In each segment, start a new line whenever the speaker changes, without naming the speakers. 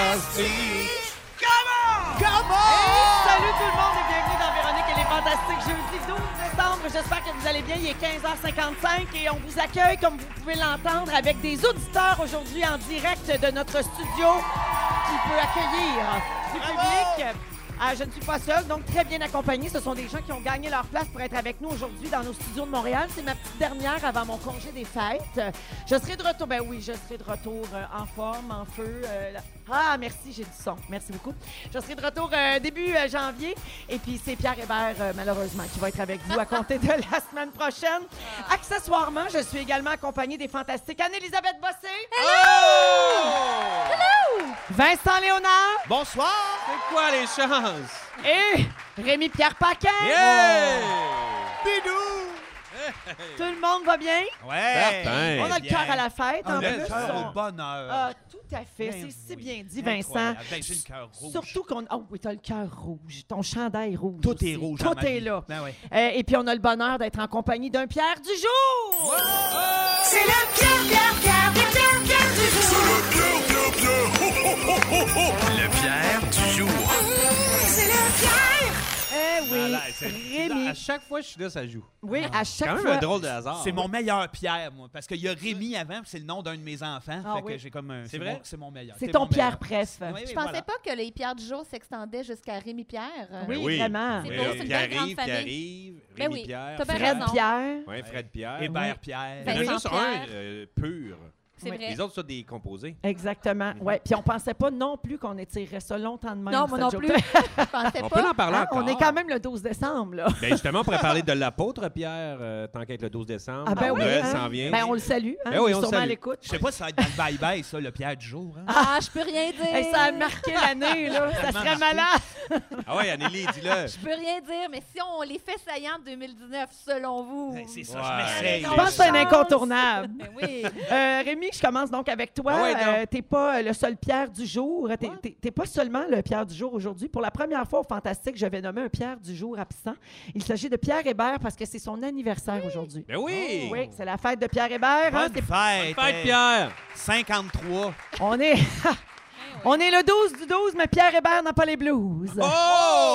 Fantastiques.
Salut tout le monde et bienvenue dans Véronique et les Fantastiques. Jeudi 12 décembre, j'espère que vous allez bien. Il est 15h55 et on vous accueille, comme vous pouvez l'entendre, avec des auditeurs aujourd'hui en direct de notre studio qui peut accueillir du public. Euh, je ne suis pas seule, donc très bien accompagnée. Ce sont des gens qui ont gagné leur place pour être avec nous aujourd'hui dans nos studios de Montréal. C'est ma petite dernière avant mon congé des fêtes. Je serai de retour, ben oui, je serai de retour euh, en forme, en feu. euh, là- ah, merci, j'ai du son. Merci beaucoup. Je serai de retour euh, début euh, janvier. Et puis, c'est Pierre Hébert, euh, malheureusement, qui va être avec vous à compter de la semaine prochaine. Accessoirement, je suis également accompagnée des fantastiques Anne-Élisabeth Bossé. Oh! Vincent Léonard.
Bonsoir.
C'est quoi les chances?
Et Rémi-Pierre Paquin.
Yeah!
Bidou.
Oh! Tout le monde va bien?
Ouais.
Certain.
On a le
Eh bien.
cœur à la fête.
On
en
a
plus.
le cœur
On-
au bonheur.
Ah, tout à fait.
Ben
C'est si
oui.
bien dit, Vincent.
Incroyable. Ben, j'ai le cœur rouge.
Surtout qu'on. Oh oui, t'as le cœur rouge. Ton chandail rouge.
Tout
aussi.
est rouge. dans
Tout
ma
est
vie.
là.
Ben ouais.
Euh, et puis, on a le bonheur d'être en compagnie d'un Pierre du jour.
C'est le Pierre, Pierre, Pierre, le Pierre, Pierre du jour.
Le Pierre du jour.
C'est le Pierre.
Eh Ben oui.
Malaise, c'est-
Rémi.
À chaque fois que je suis là, ça joue.
Oui, à
C'est
chaque
quand même
fois.
un drôle de hasard.
C'est mon meilleur Pierre, moi. Parce qu'il y a Rémi avant, puis c'est le nom d'un de mes enfants.
Ah
fait
oui.
que j'ai comme un.
C'est vrai?
mon- C'est mon meilleur.
C'est
T'es
ton
mon meilleur.
Pierre Pref.
Oui, oui,
Je pensais
voilà.
pas que les pierres du jour s'extendaient jusqu'à Rémi Pierre. Euh,
Oui,
Ben oui.
vraiment.
C'est
Oui,
beau, c'est
oui.
une
Pierre
belle grande
Yves,
famille.
Pierre Yves,
Ben
Rémi
oui,
Pierre.
t'as bien
Fred.
Fred
raison.
Pierre.
Ouais, Fred Pierre. Ben,
Hébert Pierre.
Il y en a
Vincent
juste
Pierre.
un euh, pur.
C'est
Oui.
vrai.
Les autres sont des composés.
Exactement. Ouais. Puis on pensait pas non plus qu'on étirerait ça longtemps de même.
Non, moi
cette
non
joke.
plus. Je pensais
On
pas.
peut en parler
Hein,
encore.
on est quand même le 12 décembre, là.
Ben justement, on pourrait parler de l'apôtre Pierre, euh, tant qu'à être le 12 décembre.
Ah ben oui.
Noël
hein.
s'en vient.
Ben on le salue. Hein,
Ben oui,
il est
on le
sûrement à
salue.
l'écoute.
Je sais pas si ça va être dans le bye-bye, ça, le Pierre du jour. hein.
Ah, je peux rien dire.
Hey, ça a marqué l'année, là. Ça serait
marqué.
malade.
Ah ouais, Anneli, dis-le.
Je peux rien dire, mais si on les fait saillants en 2019, selon vous.
Hey, Ben, C'est ça,
Ouais.
je m'essaye.
Je pense que c'est un
Chance.
incontournable.
Ben oui.
Euh, Rémi, je commence donc avec toi.
Ah ouais, donc.
Euh, t'es pas euh, le seul Pierre du jour. T'es- T'es t'es pas seulement le Pierre du jour aujourd'hui. Pour la première fois au Fantastique, je vais nommer un Pierre du jour absent. Il s'agit de Pierre Hébert parce que c'est son anniversaire aujourd'hui. Oh,
Ben
Oh,
oui.
Oui, c'est la fête de Pierre Hébert. hein.
Bonne
C'est-
fête.
Fête
hey.
Pierre.
53.
On est... ah, On est le 12 du 12, mais Pierre Hébert n'a pas les blues.
Oh,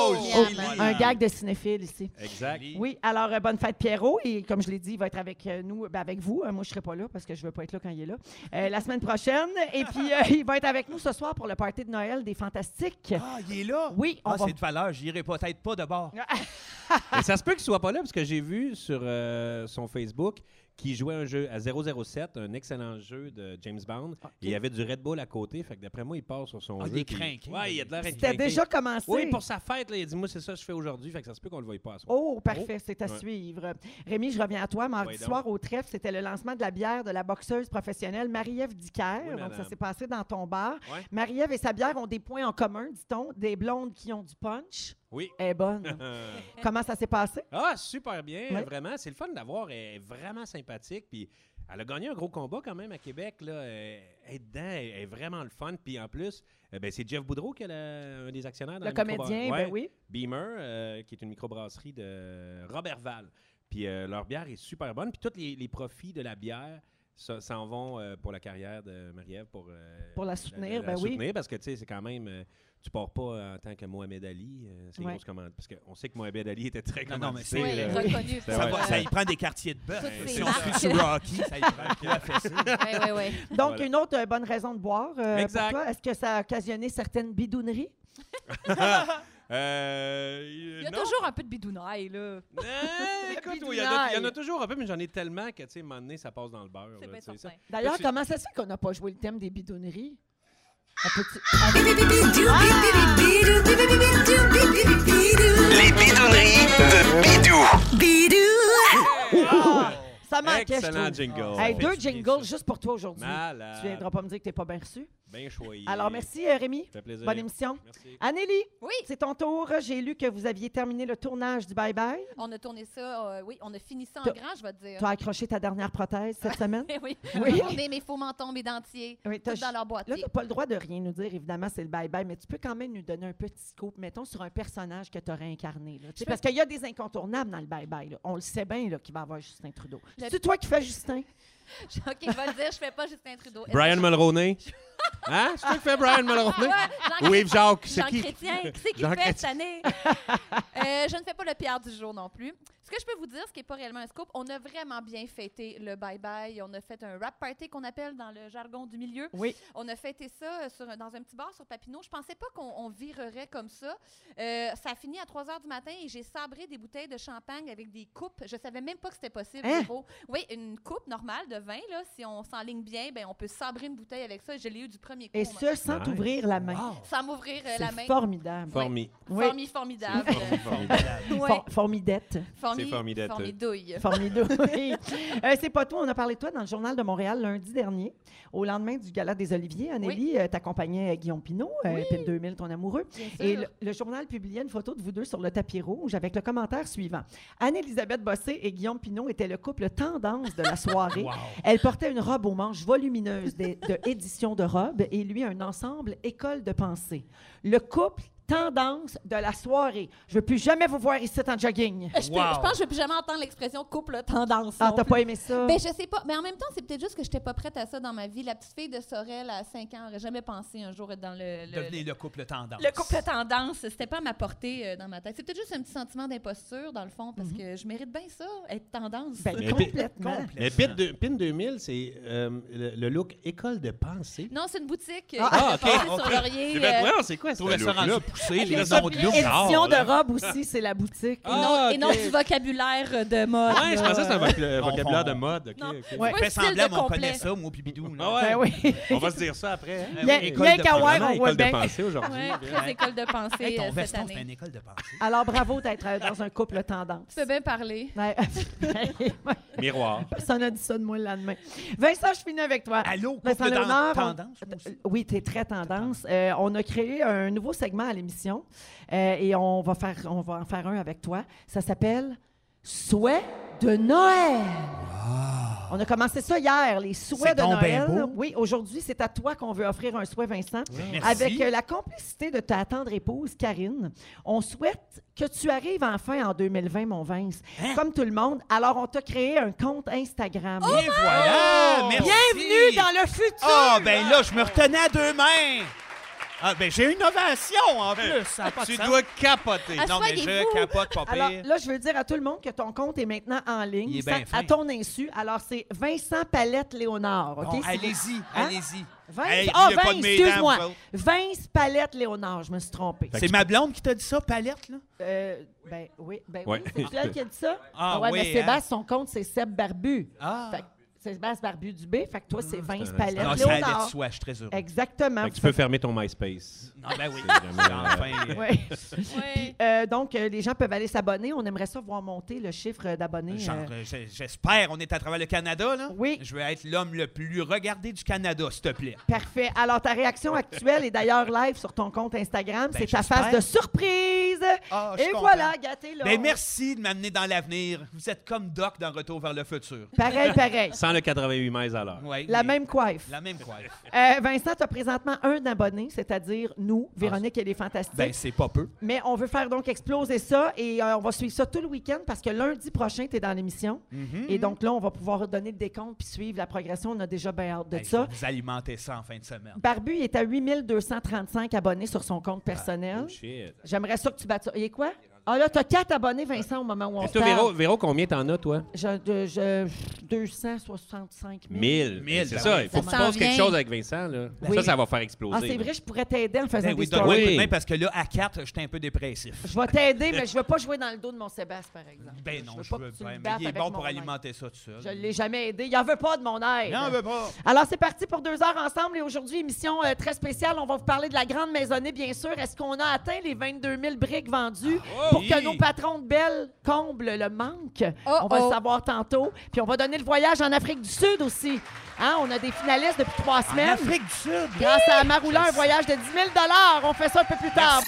Oh,
joli.
Pierre.
Un gag de cinéphile ici.
Exact.
Oui, alors euh, bonne fête Pierrot. Et comme je l'ai dit, il va être avec euh, nous, ben, avec vous. Euh, moi, je serai pas là parce que je veux pas être là quand il est là. Euh, la semaine prochaine. Et puis, euh, il va être avec nous ce soir pour le party de Noël des Fantastiques.
Ah, il est là?
Oui, on
Ah,
va-
c'est de valeur. J'irai peut-être pas de bord.
Mais ça se peut qu'il soit pas là parce que j'ai vu sur euh, son Facebook qu'il jouait un jeu à 007, un excellent jeu de James Bond.
Ah,
Et il y avait du Red Bull à côté. Fait que d'après moi, il part sur son
Ah,
jeu.
il est
puis-
crinqué.
Ouais, il a de l'air
C'était
crinqué.
déjà commencé.
ben, Oui, pour sa fête, là, il a dit Moi, c'est ça que je fais aujourd'hui. Fait que ça se peut qu'on le voie pas à soir.
Oh, parfait, c'est à
Ouais.
suivre. Rémi, je reviens à toi. Mardi
Ouais, donc.
soir au trèfle, c'était le lancement de la bière de la boxeuse professionnelle Marie-Ève Dicker.
Oui,
Donc, ça
madame.
s'est passé dans ton bar.
Ouais.
Marie-Ève et sa bière ont des points en commun, dit-on. Des blondes qui ont du punch.
Oui.
Elle est bonne.
Euh,
Comment ça s'est passé?
ah, super bien,
Ouais.
vraiment. C'est le fun d'avoir. Elle est vraiment sympathique. Puis elle a gagné un gros combat quand même à Québec. Là. Elle elle est dedans. Elle elle est vraiment le fun. Puis en plus, euh, ben, c'est Jeff Boudreau qui est le- un des actionnaires dans
Le
la
comédien,
microbrasserie.
ben oui.
Beamer, euh, qui est une microbrasserie de Robertval. Puis euh, leur bière est super bonne. Puis tous les, les profits de la bière ça- s'en vont euh, pour la carrière de Marie-Ève pour, euh,
Pour la soutenir,
la
ben oui.
soutenir, parce que tu sais, c'est quand même. euh, tu pars pas en tant que Mohamed Ali, euh, c'est une
Ouais.
grosse commande. Parce qu'on sait que Mohamed Ali était très
Non, non, mais c'est,
commandité,
Oui,
là.
euh,
reconnu.
Ben
ça,
ouais,
va-
ouais.
ça y prend des quartiers de bœuf.
Toutes
Si
ces
on suit
marques.
sur Rocky, ça y prend que la fessée.
Oui, oui, oui.
Donc,
Voilà.
une autre euh, bonne raison de boire euh, pour
Exact.
toi. Est-ce que ça a occasionné certaines bidouneries?
Euh,
Il y a
non.
toujours un peu de bidounaille, là.
Euh, écoute, oui, il y, en a- il y en a toujours un peu, mais j'en ai tellement que, tu sais, à un moment donné, ça passe dans le beurre.
C'est
là,
bien
tu sais, ça.
certain.
D'ailleurs,
tu-
comment ça se fait qu'on n'a pas joué le thème des bidouneries? On peut-tu-
Les bidonneries de Bidou.
Oh!
Ah! Ça manquait, je
Ah! Excellent
trouve.
jingle.
Hey, deux
Expliquer
jingles
ça.
juste pour toi aujourd'hui.
Malade.
Tu viendras pas me dire que t'es pas bien reçu.
Bien choyé.
Alors, merci, euh, Rémi.
Ça fait plaisir.
Bonne émission.
Merci.
Anélie,
Oui,
c'est ton tour. J'ai lu que vous aviez terminé le tournage du Bye Bye.
on a tourné ça, euh, oui, on a fini ça en
T'as-
grand, je vais te dire.
Tu as accroché ta dernière prothèse cette semaine.
Eh oui.
Oui.
On a mes faux mentons, mes dentiers,
Oui, t'as
tout dans leur
Là,
boîtier.
tu pas le droit de rien nous dire, évidemment, c'est le bye-bye, mais tu peux quand même nous donner un petit scoop, mettons, sur un personnage que tu aurais incarné. là. Tu sais,
peux-
Parce qu'il y a des incontournables dans le bye-bye. là. On le sait bien là, qu'il va y avoir Justin Trudeau.
Le-
C'est toi qui fais Justin?
OK, je vais le dire, je fais pas Justin Trudeau. Est-ce
Brian
que Ah,
Mulroney. Hein? C'est toi qui fais Brian Mulroney?
Jean-
Ou Yves-Jacques? C'est
Jean
qui?
Chrétien, qui c'est qui
Jean
le fait
Chrétien.
cette année? Euh, je ne fais pas le Pierre du jour non plus. Ce que je peux vous dire, ce qui n'est pas réellement un scoop, on a vraiment bien fêté le bye-bye. On a fait un rap party qu'on appelle dans le jargon du milieu.
Oui.
On a fêté ça euh, sur un- dans un petit bar sur Papineau. Je pensais pas qu'on on virerait comme ça. Euh, ça a fini à 3 h du matin et j'ai sabré des bouteilles de champagne avec des coupes. Je savais même pas que c'était possible.
Hein?
Véro. Oui, une coupe normale de vin, là, si on s'enligne bien, ben, on peut sabrer une bouteille avec ça. Je l'ai eu du premier coup.
Et
on m'a-
ce, sans
Nice.
t'ouvrir la main.
Sans m'ouvrir euh, la
C'est
main.
formidable.
Formi.
Oui.
Formi- formidable. Euh,
Formidable.
Ouais.
For- formidette.
Formi-
C'est formidable.
Formidouille.
Formidable. Oui. Euh, c'est pas toi. On a parlé de toi dans le Journal de Montréal lundi dernier, au lendemain du Gala des Oliviers. Anneli, euh, t'accompagnais Guillaume Pinault, euh, PIP 2000, ton amoureux.
Bien sûr.
Et le, le journal publiait une photo de vous deux sur le tapis rouge avec le commentaire suivant. Anne-Élisabeth Bossé et Guillaume Pinault étaient le couple tendance de la soirée. Elle portait une robe aux manches volumineuses des- de édition de robe et lui un ensemble école de pensée. Le couple tendance de la soirée. Je veux plus jamais vous voir ici en jogging.
Je, peux- je pense que je vais plus jamais entendre l'expression couple tendance.
Ah,
non
t'as
plus.
pas aimé ça?
Ben, je sais pas. Mais en même temps, c'est peut-être juste que j'étais pas prête à ça dans ma vie. La petite fille de Sorel à 5 ans aurait jamais pensé un jour être dans le. le-
Devenez le couple tendance.
le couple tendance, c'était pas à ma portée euh, dans ma tête. C'est peut-être juste un petit sentiment d'imposture, dans le fond, parce que je mérite bien ça, être tendance.
Ben,
Mhm. Mais-
complètement.
Mais Pin, de- Pin 2000, c'est euh, le, le look école de pensée.
non, c'est une boutique.
Ah,
qui est
ok,
placée
ok.
sur Laurier.
J'ai fait,
euh,
voyons, c'est quoi
Je trouvais ça rendu poussé, les
ça,
noms de
puis-
loups.
Édition
genre, là.
de robe aussi, c'est la boutique.
et,
Ah,
non, et
ok.
non du vocabulaire de mode.
Ouais, je
là.
pensais que c'était un voc-
Non,
vocabulaire
on-
de mode. ok,
Non.
ok.
Ouais.
On
Un
fait
style de
semblable, on
complet.
connaait ça, moi, puis Bidou. là.
Ah ouais.
Ben oui.
On va se dire ça après. hein?
Ah oui,
Eh oui,
Bien-
école
bien
de
qu'à
pensée.
voir,
vraiment,
on voit
école de
bien.
pensée aujourd'hui.
Ouais,
Aujourd'hui,
très
ouais.
école de pensée
Hey,
euh,
ton
cette
veston,
année.
c'est une école de pensée.
Alors, bravo d'être euh, dans un couple tendance.
Tu peux bien parler.
Ouais.
Miroir.
Personne n'a dit ça de moi le lendemain. Vincent, je finis avec toi.
Allô, couple
Vincent Léonard,
ten-
on-
tendance, moi aussi.
Euh, Oui, tu es très tendance. Euh, on a créé un nouveau segment à l'émission euh, et on va, faire, on va en faire un avec toi. Ça s'appelle Souhait de Noël. On a commencé ça hier, les souhaits
C'est
de
donc
Noël.
ben beau.
Oui, aujourd'hui, c'est à toi qu'on veut offrir un souhait, Vincent.
Merci.
Avec euh, la complicité de ta tendre épouse, Karine, on souhaite que tu arrives enfin en 2020, mon Vince.
Hein?
Comme tout le monde, alors on t'a créé un compte Instagram.
Et voilà! Oh! Merci!
oh Bienvenue dans le futur!
Ah, ben là, je me retenais à deux mains! Ah, ben j'ai une ovation en plus! Ça a pas de
Tu
sens.
dois capoter.
Ah,
Non, mais
soignez-vous.
je capote, pas
Alors
pire.
là, je veux dire à tout le monde que ton compte est maintenant en ligne,
Il est
ça-
bien fin.
à ton insu. Alors c'est Vincent Palette Léonard, ok
Bon,
C'est-
Oh, allez-y,
Hein?
allez-y.
Vince,
Hey,
ah,
il y a pas
Vince,
de mesdames, vous
excuse-moi.
autres.
Vince Palette Léonard, je me suis trompée.
C'est ma blonde qui t'a dit ça, palette, là?
Euh, ben oui, ben
Ouais.
oui, c'est elle qui a dit ça.
Ah,
ouais,
oui,
mais
hein.
Sébastien, son compte c'est Seb Barbu.
Ah!
Fait que Sébastien Barbu Dubé, fait que toi c'est Vince
Ah, un-
Palette
Non, ça allait de
Léonard.
soi, je suis très heureux.
Exactement.
Fait que tu peux fermer ton MySpace.
Non, ben oui.
C'est vraiment-
Enfin, euh,
Ouais.
Ouais.
Euh, donc, euh, les gens peuvent aller s'abonner. On aimerait ça voir monter le chiffre euh, d'abonnés.
Genre,
euh.
euh, j'ai- j'espère, on est à travers le Canada, là.
Oui.
Je vais être l'homme le plus regardé du Canada, s'il te plaît.
Parfait. Alors, ta réaction actuelle est d'ailleurs live sur ton compte Instagram.
Ben,
C'est ta
j'espère.
phase de surprise.
Ah, je
Et
suis
voilà,
content.
gâté là.
Ben merci de m'amener dans l'avenir. Vous êtes comme Doc dans Retour vers le futur.
Pareil, pareil.
Sans le 88 miles à l'heure.
Ouais,
La
mais-
même coiffe.
La même coiffe.
Euh, Vincent, tu as présentement un abonné, c'est-à-dire nous, Véronique et les Fantastiques.
Ah, Ben, c'est pas peu.
Mais on veut faire donc exploser ça et euh, on va suivre ça tout le week-end parce que lundi prochain, tu es dans l'émission.
Mhm.
Et donc là, on va pouvoir donner le décompte puis suivre la progression. On a déjà bien hâte de
Hey, je
ça.
vais Ben, Vous alimentez ça en fin de semaine.
Barbu il est à 8235 abonnés sur son compte
Ah,
personnel.
Oh, shit.
J'aimerais ça que tu battes ça. Il est quoi? Ah là, t'as 4 abonnés, Vincent, au moment où on
Et
se
toi, Véro,
parle.
Véro, combien t'en as, toi?
Je- de- je- 265 000.
1000.
Mille,
C'est
ben
ça.
oui.
Il faut que tu
Ça s'en
fasses quelque
vient.
chose avec Vincent. Là.
Oui.
Ça, ça va faire exploser.
Ah, c'est
là.
vrai, je pourrais t'aider en faisant
Ben oui,
des
donne-moi un
stories.
coup de
Oui.
main parce que là, à 4, j'étais un peu dépressif.
Je vais t'aider, mais je veux pas jouer dans le dos de mon Sébastien, par exemple.
Ben non,
veux
je
pas
veux
que tu
bien.
me
Mais
battes
il est
avec
bon
mon
pour
linge.
alimenter ça tout seul.
Je l'ai jamais aidé. Il en veut pas de mon aide.
Non, on veut pas.
Alors, c'est parti pour deux heures ensemble. Et aujourd'hui, émission euh, très spéciale. On va vous parler de la grande maisonnée, bien sûr. Est-ce qu'on a atteint les 22 000 briques vendues pour
Ah oui.
que nos patrons de Belle comblent le manque?
Oh,
on va le
oh.
savoir tantôt. Puis on va donner le voyage en Afrique du Sud aussi. Hein, on a des finalistes depuis trois
En
semaines.
Afrique du Sud.
Grâce à Maroula, un voyage de 10 000 On fait ça un peu plus tard.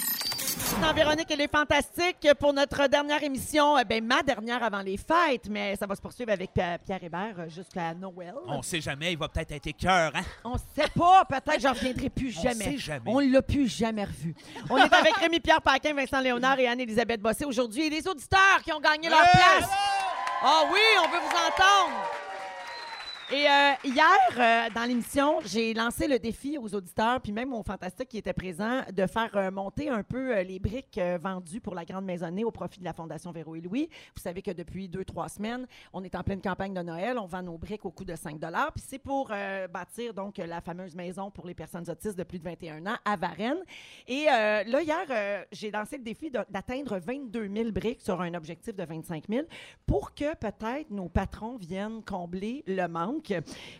Dans Véronique, elle est fantastique pour notre dernière émission. Eh ben, ma dernière avant les fêtes, mais ça va se poursuivre avec euh, Pierre Hébert euh, jusqu'à Noël.
On sait jamais, il va peut-être être cœur, hein?
On sait pas, peut-être j'en reviendrai plus
On
jamais.
sait jamais.
On l'a plus jamais revu. On est avec Rémi Pierre Paquin, Vincent Léonard et Anne-Elisabeth Bossé aujourd'hui et les auditeurs qui ont gagné leur place. Ah oui, on veut vous entendre. Et euh, hier, euh, dans l'émission, j'ai lancé le défi aux auditeurs, puis même aux fantastiques qui étaient présents, de faire euh, monter un peu euh, les briques euh, vendues pour la Grande Maisonnée au profit de la Fondation Véro et Louis. Vous savez que depuis deux, trois semaines, on est en pleine campagne de Noël. On vend nos briques au coût de 5 Puis c'est pour euh, bâtir donc la fameuse maison pour les personnes autistes de plus de 21 ans à Varennes. Et euh, là, hier, euh, j'ai lancé le défi de- d'atteindre 22 000 briques sur un objectif de 25 000 pour que peut-être nos patrons viennent combler le manque.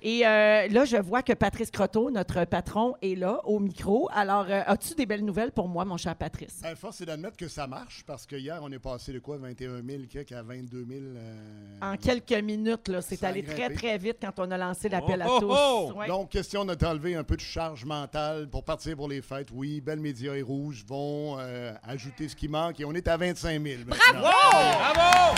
Et euh, là, je vois que Patrice Croteau, notre patron, est là au micro. Alors, euh, as-tu des belles nouvelles pour moi, mon cher Patrice?
Euh, force est d'admettre que ça marche parce que hier, on est passé de quoi 21 000 quelques à 22 000. euh,
En quelques minutes, là, c'est
Ça a
allé très,
grimpé.
très vite quand on a lancé l'appel
Oh,
à
oh,
tous.
oh!
Ouais.
Donc, question de t'enlever un peu de charge mentale pour partir pour les fêtes. Oui, Belle Média et Rouge vont euh, ajouter ce qui manque et on est à 25 000. maintenant.
Bravo!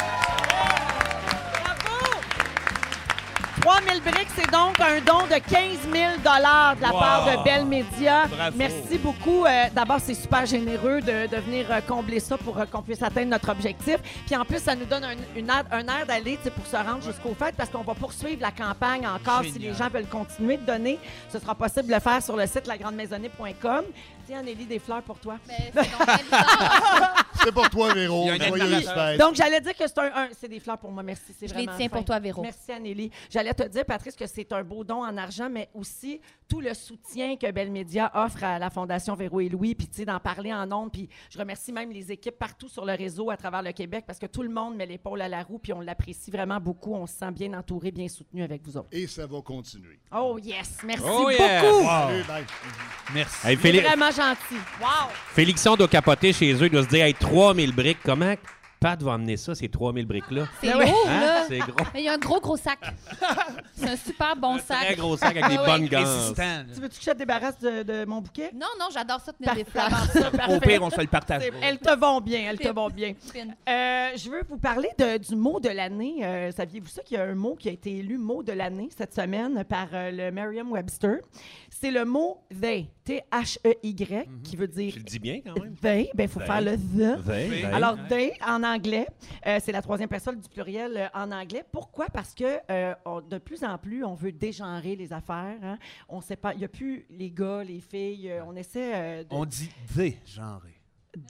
3 000 briques, c'est donc un don de 15 000 de la
Wow!
part de Bell Media.
Bravo!
Merci beaucoup. Euh, D'abord, c'est super généreux de, de venir euh, combler ça pour euh, qu'on puisse atteindre notre objectif. Puis en plus, ça nous donne un, une air- un air d'aller tu sais, pour se rendre jusqu'aux fêtes parce qu'on va poursuivre la campagne encore si les
Génial.
gens veulent continuer de donner. Ce sera possible de le faire sur le site lagrandemaisonnée.com. Tiens, Nelly, des fleurs pour toi.
Ben, c'est donc bien bizarre.
C'est pour toi, Véro.
Il y a un
Joyeuses
animateur.
fêtes.
Donc, j'allais dire que c'est un, un- C'est des fleurs pour moi, merci. c'est
Je les
vraiment
tiens
fin.
pour toi, Véro.
Merci, Anélie. J'allais te dire, Patrice, que c'est un beau don en argent, mais aussi tout le soutien que Bell Media offre à la Fondation Véro et Louis, puis tu sais, d'en parler en ondes. Puis je remercie même les équipes partout sur le réseau à travers le Québec parce que tout le monde met l'épaule à la roue, puis on l'apprécie vraiment beaucoup. On se sent bien entouré, bien soutenu avec vous autres.
Et ça va continuer.
Oh, yes! Merci
Oh, yeah!
beaucoup!
Ah.
Salut, bye.
Merci.
Hey,
C'est
Félix-
vraiment gentil. Wow!
Félixon doit capoter chez eux. Il doit se dire, hey, 3000 briques, comment Pat va amener ça, ces 3000 briques-là?
C'est lourd,
Hein?
là.
C'est gros.
Mais il y a un gros, gros sac. C'est un super bon
Très
sac.
gros sac avec des
Ah oui.
bonnes gants.
Résistant.
Tu veux-tu que je te débarrasse de, de mon bouquet?
Non, non, j'adore ça tenir
Parfait.
des fleurs.
là. Au pire, on se le partage.
C'est- Elles te vont bien, elles te vont bien. Euh, je veux vous parler de- du mot de l'année. Euh, Saviez-vous ça qu'il y a un mot qui a été élu mot de l'année cette semaine par euh, le Merriam-Webster? C'est le mot they, T-H-E-Y, qui veut dire
Tu le dis bien, quand même.
they. Ben, il faut
They.
faire le the.
Veille, veille.
Alors, they en anglais, euh, c'est la troisième personne du pluriel euh, en anglais. Pourquoi? Parce que euh, on- de plus en plus, on veut dégenrer les affaires. hein. On sait pas, il n'y a plus les gars, les filles. euh, on essaie euh, de
On dit des genrés.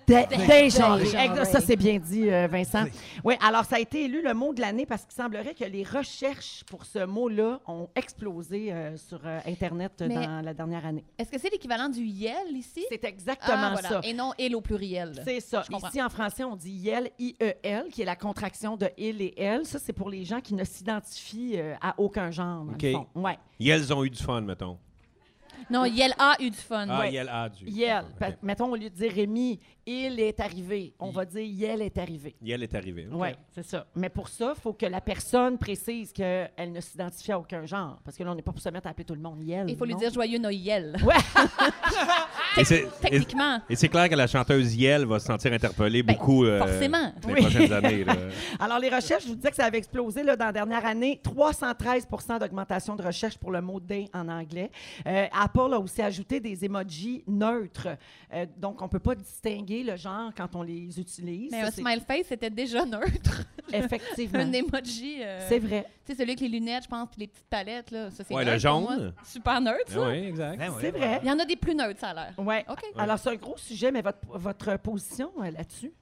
Dé- Dégenré.
Dégenré.
Ex- Ça, c'est bien dit, euh, Vincent. Oui, alors ça a été élu le mot de l'année parce qu'il semblerait que les recherches pour ce mot-là ont explosé euh, sur euh, Internet euh,
Mais-
dans la dernière année.
Est-ce que c'est l'équivalent du yel ici?
C'est exactement
Ah, voilà.
ça.
Et non il au pluriel.
C'est ça.
Je comprends.
Ici, en français, on dit IEL, I-E-L, qui est la contraction de il et elle. Ça, c'est pour les gens qui ne s'identifient euh, à aucun genre, dans le
OK.
fond. Ouais.
Ils ont eu du fun, mettons.
Non, yel a eu du fun.
Ah,
Ouais.
Yel a du.
IEL. Pa-
OK.
Mettons, au lieu de dire Rémi, il est arrivé, on va dire IEL est arrivé.
Yel est arrivé. OK.
Oui, c'est ça. Mais pour ça, il faut que la personne précise qu'elle ne s'identifie à aucun genre. Parce que là, on n'est pas pour se mettre à appeler tout le monde Yel.
Il faut lui
non?
dire joyeux Noël.
Ouais.
Et c'est-
Techniquement.
Et c'est clair que la chanteuse Yel va se sentir interpellée
Ben,
beaucoup euh,
forcément.
dans les
Oui.
prochaines années. là. Ah
Alors, les recherches, je vous disais que ça avait explosé là, dans la dernière année. 313 d'augmentation de recherche pour le mot day en anglais. Euh, Apple a aussi ajouté des emojis neutres. Euh, donc, on ne peut pas distinguer le genre quand on les utilise.
Mais
Ça,
un
c'est-
smile face, c'était déjà neutre.
Effectivement.
un emoji. euh,
C'est vrai.
Tu sais, celui avec les lunettes, je pense, puis les petites palettes, là. Ça, c'est
Ouais, le
neutre pour
jaune.
moi. Super neutre, ça.
oui, exact.
Ben oui,
C'est
voilà.
vrai.
Il y en a des plus neutres, ça a l'air.
Ouais.
OK.
Alors, c'est un gros sujet, mais votre, votre position euh, là-dessus?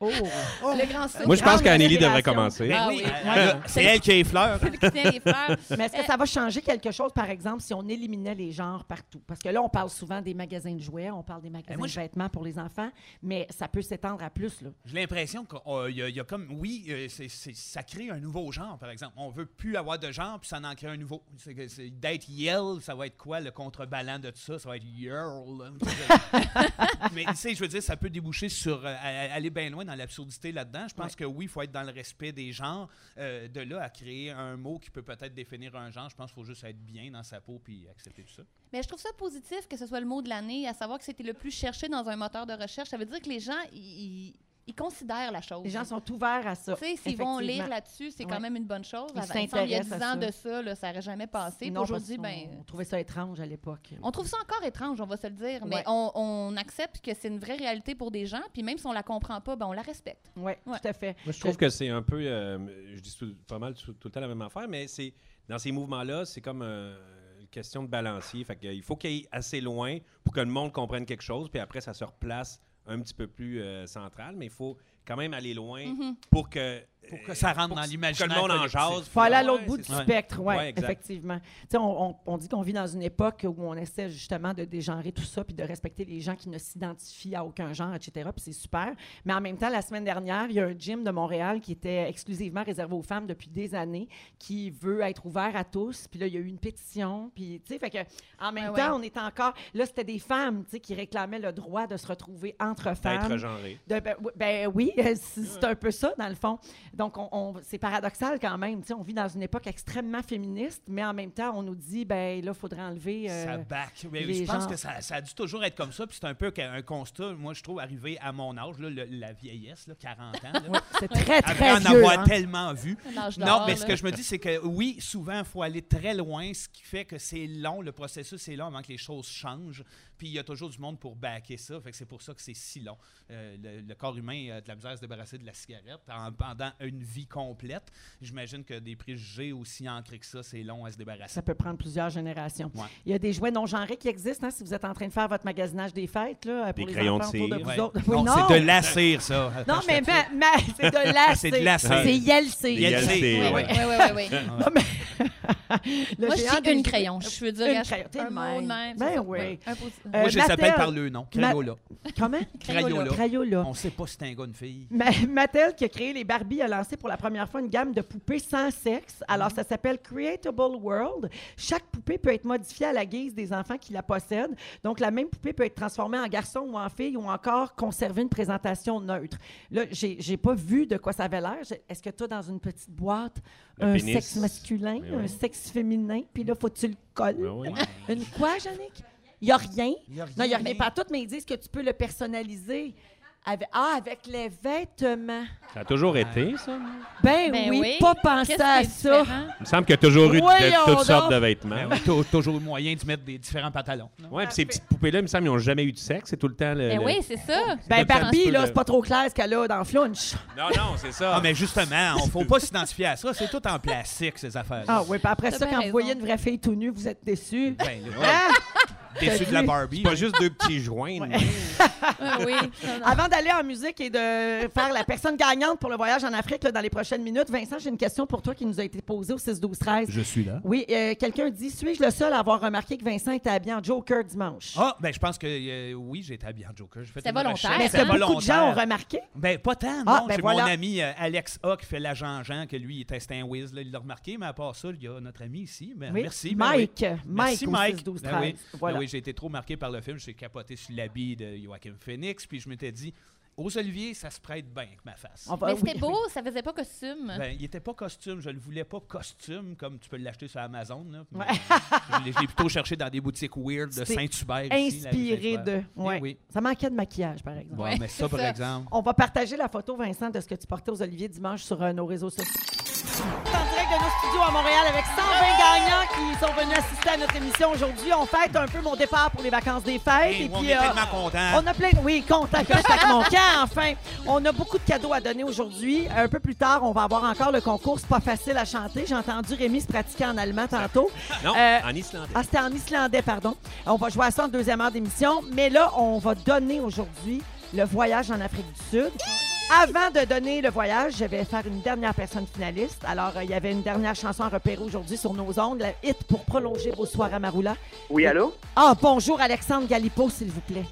Oh!
Le grand sourire.
Moi, je pense
Ah,
qu'Annélie
la
devrait
génération.
commencer.
Ben
Ah
oui.
oui.
Euh, C'est elle qui a les fleurs.
Celui qui tient les fleurs.
Mais est-ce que ça va changer quelque chose, par exemple, si on éliminait les genres partout? Parce que là, on parle souvent des magasins de jouets, on parle des
Ben,
magasins
Eh, moi,
de
je-
vêtements pour les enfants, mais ça peut s'étendre à plus, là.
J'ai l'impression qu'il y, a- il y a comme. Oui, euh, c'est- c'est- ça crée un nouveau genre, par exemple. On veut plus avoir de genre, puis ça en crée un nouveau. C'est que c'est- D'être Yell, ça va être quoi le contrebalan de tout ça Ça va être Yearl. Mais tu sais, je veux dire, ça peut déboucher sur. euh, à- à- aller bien loin dans l'absurdité là-dedans. Je pense que oui, il faut être dans le respect des genres. Euh, de là à créer un mot qui peut peut-être définir un genre, je pense qu'il faut juste être bien dans sa peau puis accepter tout ça.
Mais je trouve ça positif que ce soit le mot de l'année, à savoir que c'était le plus cherché dans un moteur de recherche. Ça veut dire que les gens, ils, ils- ils considèrent la chose.
Les gens sont ouverts à ça.
Tu sais, s'ils vont lire
effectivement.
là-dessus, c'est quand
Ouais.
même une bonne chose.
Ils
Avant- il me semble, il y a 10
s'intéressent à
ans
ça.
de ça, là, ça n'aurait jamais passé. Puis
Non,
Aujourd'hui,
parce qu'on-
ben,
On trouvait ça étrange à l'époque.
on trouve ça encore étrange, on va se le dire, mais
Ouais.
on, on accepte que c'est une vraie réalité pour des gens, puis même si on la comprend pas, ben on la respecte.
Oui,
Ouais.
tout à fait.
Moi, je trouve que c'est un peu. euh, je dis tout- pas mal tout, tout le temps la même affaire, mais c'est dans ces mouvements-là, c'est comme euh, une question de balancier. Fait que, euh, il faut qu'il aille assez loin pour que le monde comprenne quelque chose, puis après, ça se replace un petit peu plus euh, central, mais il faut quand même aller loin
Mhm.
pour que...
Pour que ça rentre
Euh, pour
dans
que-
l'imaginaire
Que le monde en
collectif.
jase.
Faut aller à
Ouais,
l'autre bout
c'est
du
ça.
spectre, oui,
Ouais, exact.
effectivement. Tu sais, on, on- on dit qu'on vit dans une époque où on essaie justement de dégenrer tout ça, puis de respecter les gens qui ne s'identifient à aucun genre, etc. Puis c'est super. Mais en même temps, la semaine dernière, il y a un gym de Montréal qui était exclusivement réservé aux femmes depuis des années, qui veut être ouvert à tous. Puis là, il y a eu une pétition. Puis, tu sais, fait que en même
Ouais,
temps, on est encore. Là, c'était des femmes, tu sais, qui réclamaient le droit de se retrouver entre
D'être
femmes.
genré.
De- ben, oui, ben oui, c'est- c'est un peu ça, dans le fond. Donc, on, on- c'est paradoxal quand même. tu sais, on vit dans une époque extrêmement féministe, mais en même temps, on nous dit, ben là, il faudrait enlever. euh,
Ça back. Mais je
les
pense
genres.
que ça, ça a dû toujours être comme ça. Puis c'est un peu qu'un- un constat, moi, je trouve, arrivé à mon âge, là, le- la vieillesse, là, 40 ans. là,
c'est très,
après
très
en
vieux.
avoir
hein.
tellement vu.
L'âge
Non,
d'or,
mais
là.
ce que je me dis, c'est que oui, souvent, il faut aller très loin, ce qui fait que c'est long, le processus est long avant que les choses changent. Puis il y a toujours du monde pour backer ça, fait que c'est pour ça que c'est si long. Euh, le, le corps humain a de la misère à se débarrasser de la cigarette en- pendant une vie complète. J'imagine que des préjugés aussi ancrés que ça, c'est long à se débarrasser.
Ça peut prendre plusieurs générations.
Ouais.
Il y a des jouets non genrés qui existent, hein, si vous êtes en train de faire votre magasinage des fêtes, là, pour
Des
les
crayons de
enfants autour de
cire.
vous
Ouais.
autres. Oui,
Non, c'est de la cire, ça.
Non,
Quand
mais,
j'étais petit.
ma- ma- c'est de la
C'est de la cire.
C'est Yeltsin.
Il y a le
Yeltsin.
cire,
Oui,
ouais.
oui, oui, oui, oui.
Non, mais- Le
Moi, je
géant
suis
des
une
jouets-
crayon. Je veux dire,
Une
un
crayon, t'es
un
de
mot de
même.
même.
Ben
c'est ça.
oui.
Un posi-
Euh,
Moi, je les appelle
Mattel-
par le nom.
Ma-
Crayola.
Comment?
Crayola.
Crayola.
On sait pas si c'est un gars ou une fille.
Ma- Mattel, qui a créé les Barbie, a lancé pour la première fois une gamme de poupées sans sexe. Alors, ça s'appelle Creatable World. Chaque poupée peut être modifiée à la guise des enfants qui la possèdent. Donc, la même poupée peut être transformée en garçon ou en fille ou encore conserver une présentation neutre. Là, j'ai j'ai pas vu de quoi ça avait l'air. J'ai- Est-ce que tu as dans une petite boîte
Le
un
pénis.
sexe masculin,
Mais
un
oui.
sexe féminin, puis là, faut que tu le colles?
Ben oui.
Une quoi, Jannick? Il n'y a rien.
Y a rien,
non, il n'y a rien.
mais-
Pas toutes, mais ils disent que tu peux le personnaliser. Avec, ah, avec les vêtements.
Ça a toujours été, ça.
Ben,
Ben
oui,
oui.
pas penser
Qu'est-ce
à
qui est
ça.
différent?
Il me semble qu'il y a toujours eu de-
Voyons
de, toutes
donc.
sortes de vêtements.
Ben oui, t'as- toujours moyen de mettre des différents pantalons.
Ah.
non?
Ouais, puis ces petites poupées-là, il me semble, ils n'ont jamais eu de sexe. C'est tout le temps le.
Ben
le-
oui, c'est ça.
Ben,
Donc, c'est un petit
Barbie, là,
peu le-
euh,
c'est pas trop clair ce qu'elle a dans Flunch.
Non, non, c'est ça.
Ah, mais justement, on faut pas s'identifier à ça. C'est tout en plastique, ces affaires.
Ah oui, puis après
T'as
ça,
bien
quand vous voyez
raison.
une vraie fille tout nue, vous êtes déçus.
Ben, là,
Hein?
déçu de la Barbie.
Pas juste deux petits joints. non?
Ah oui. Non, non.
Avant d'aller en musique et de faire la personne gagnante pour le voyage en Afrique là, dans les prochaines minutes, Vincent, j'ai une question pour toi qui nous a été posée au 6-12-13.
Je suis là.
Oui, euh, quelqu'un dit Suis-je le seul à avoir remarqué que Vincent était habillé en Joker dimanche
Ah, ben je pense que euh, oui, j'ai été habillé en Joker. J'ai Ah, fait
C'était
une
volontaire,
recherche.
hein?
Mais
C'était
est-ce que beaucoup de gens ont
volontaire.
remarqué
Ben, pas tant, non.
Ah, ben
J'ai
voilà.
mon ami euh, Alex A qui fait l'agent Jean, que lui, il était un whiz, là, il l'a remarqué, mais à part ça, il y a notre ami ici. Ben,
Oui.
Merci. ben oui.
Mike. Mike,
Merci,
au
Mike.
6-12-13.
Ben oui, ben
Voilà.
oui, j'ai été trop marqué par le film. J'ai capoté sur l'habit de Joachim Phoenix, puis je m'étais dit, aux oliviers, ça se prête bien avec ma face.
On va-
Mais Ben c'était
oui.
beau, ça faisait pas costume.
Ben, il n'était pas costume. Je ne le voulais pas costume, comme tu peux l'acheter sur Amazon. Là, mais je l'ai- je l'ai plutôt cherché dans des boutiques weird de
C'était
Saint-Hubert. ici, la rue
Inspiré
Saint-Hubert.
de.
Eh
Ouais.
oui.
Ça manquait de maquillage, par exemple.
Bon,
Ouais,
mais ça,
c'est
par
ça.
exemple.
On va partager la photo, Vincent, de ce que tu portais aux Oliviers dimanche sur euh, nos réseaux sociaux. En direct de nos studios à Montréal avec 120 gagnants qui sont venus assister à notre émission aujourd'hui. On fête un peu mon départ pour les vacances des fêtes.
Hey,
et
on
puis,
est
euh,
tellement contents.
on a plein. Oui, content que je suis avec mon camp, enfin. On a beaucoup de cadeaux à donner aujourd'hui. Un peu plus tard, on va avoir encore le concours. C'est pas facile à chanter. J'ai entendu Rémi se pratiquer en allemand tantôt.
Non,
Euh,
en Islandais.
Ah, c'était en islandais, pardon. On va jouer à ça en deuxième heure d'émission. Mais là, on va donner aujourd'hui le voyage en Afrique du Sud. Avant de donner le voyage, je vais faire une dernière personne finaliste. Alors, euh, il y avait une dernière chanson à repérer aujourd'hui sur nos ondes, la hit pour prolonger vos soirs à Maroula.
Oui, allô?
Ah, bonjour Alexandre Galipo, s'il vous plaît.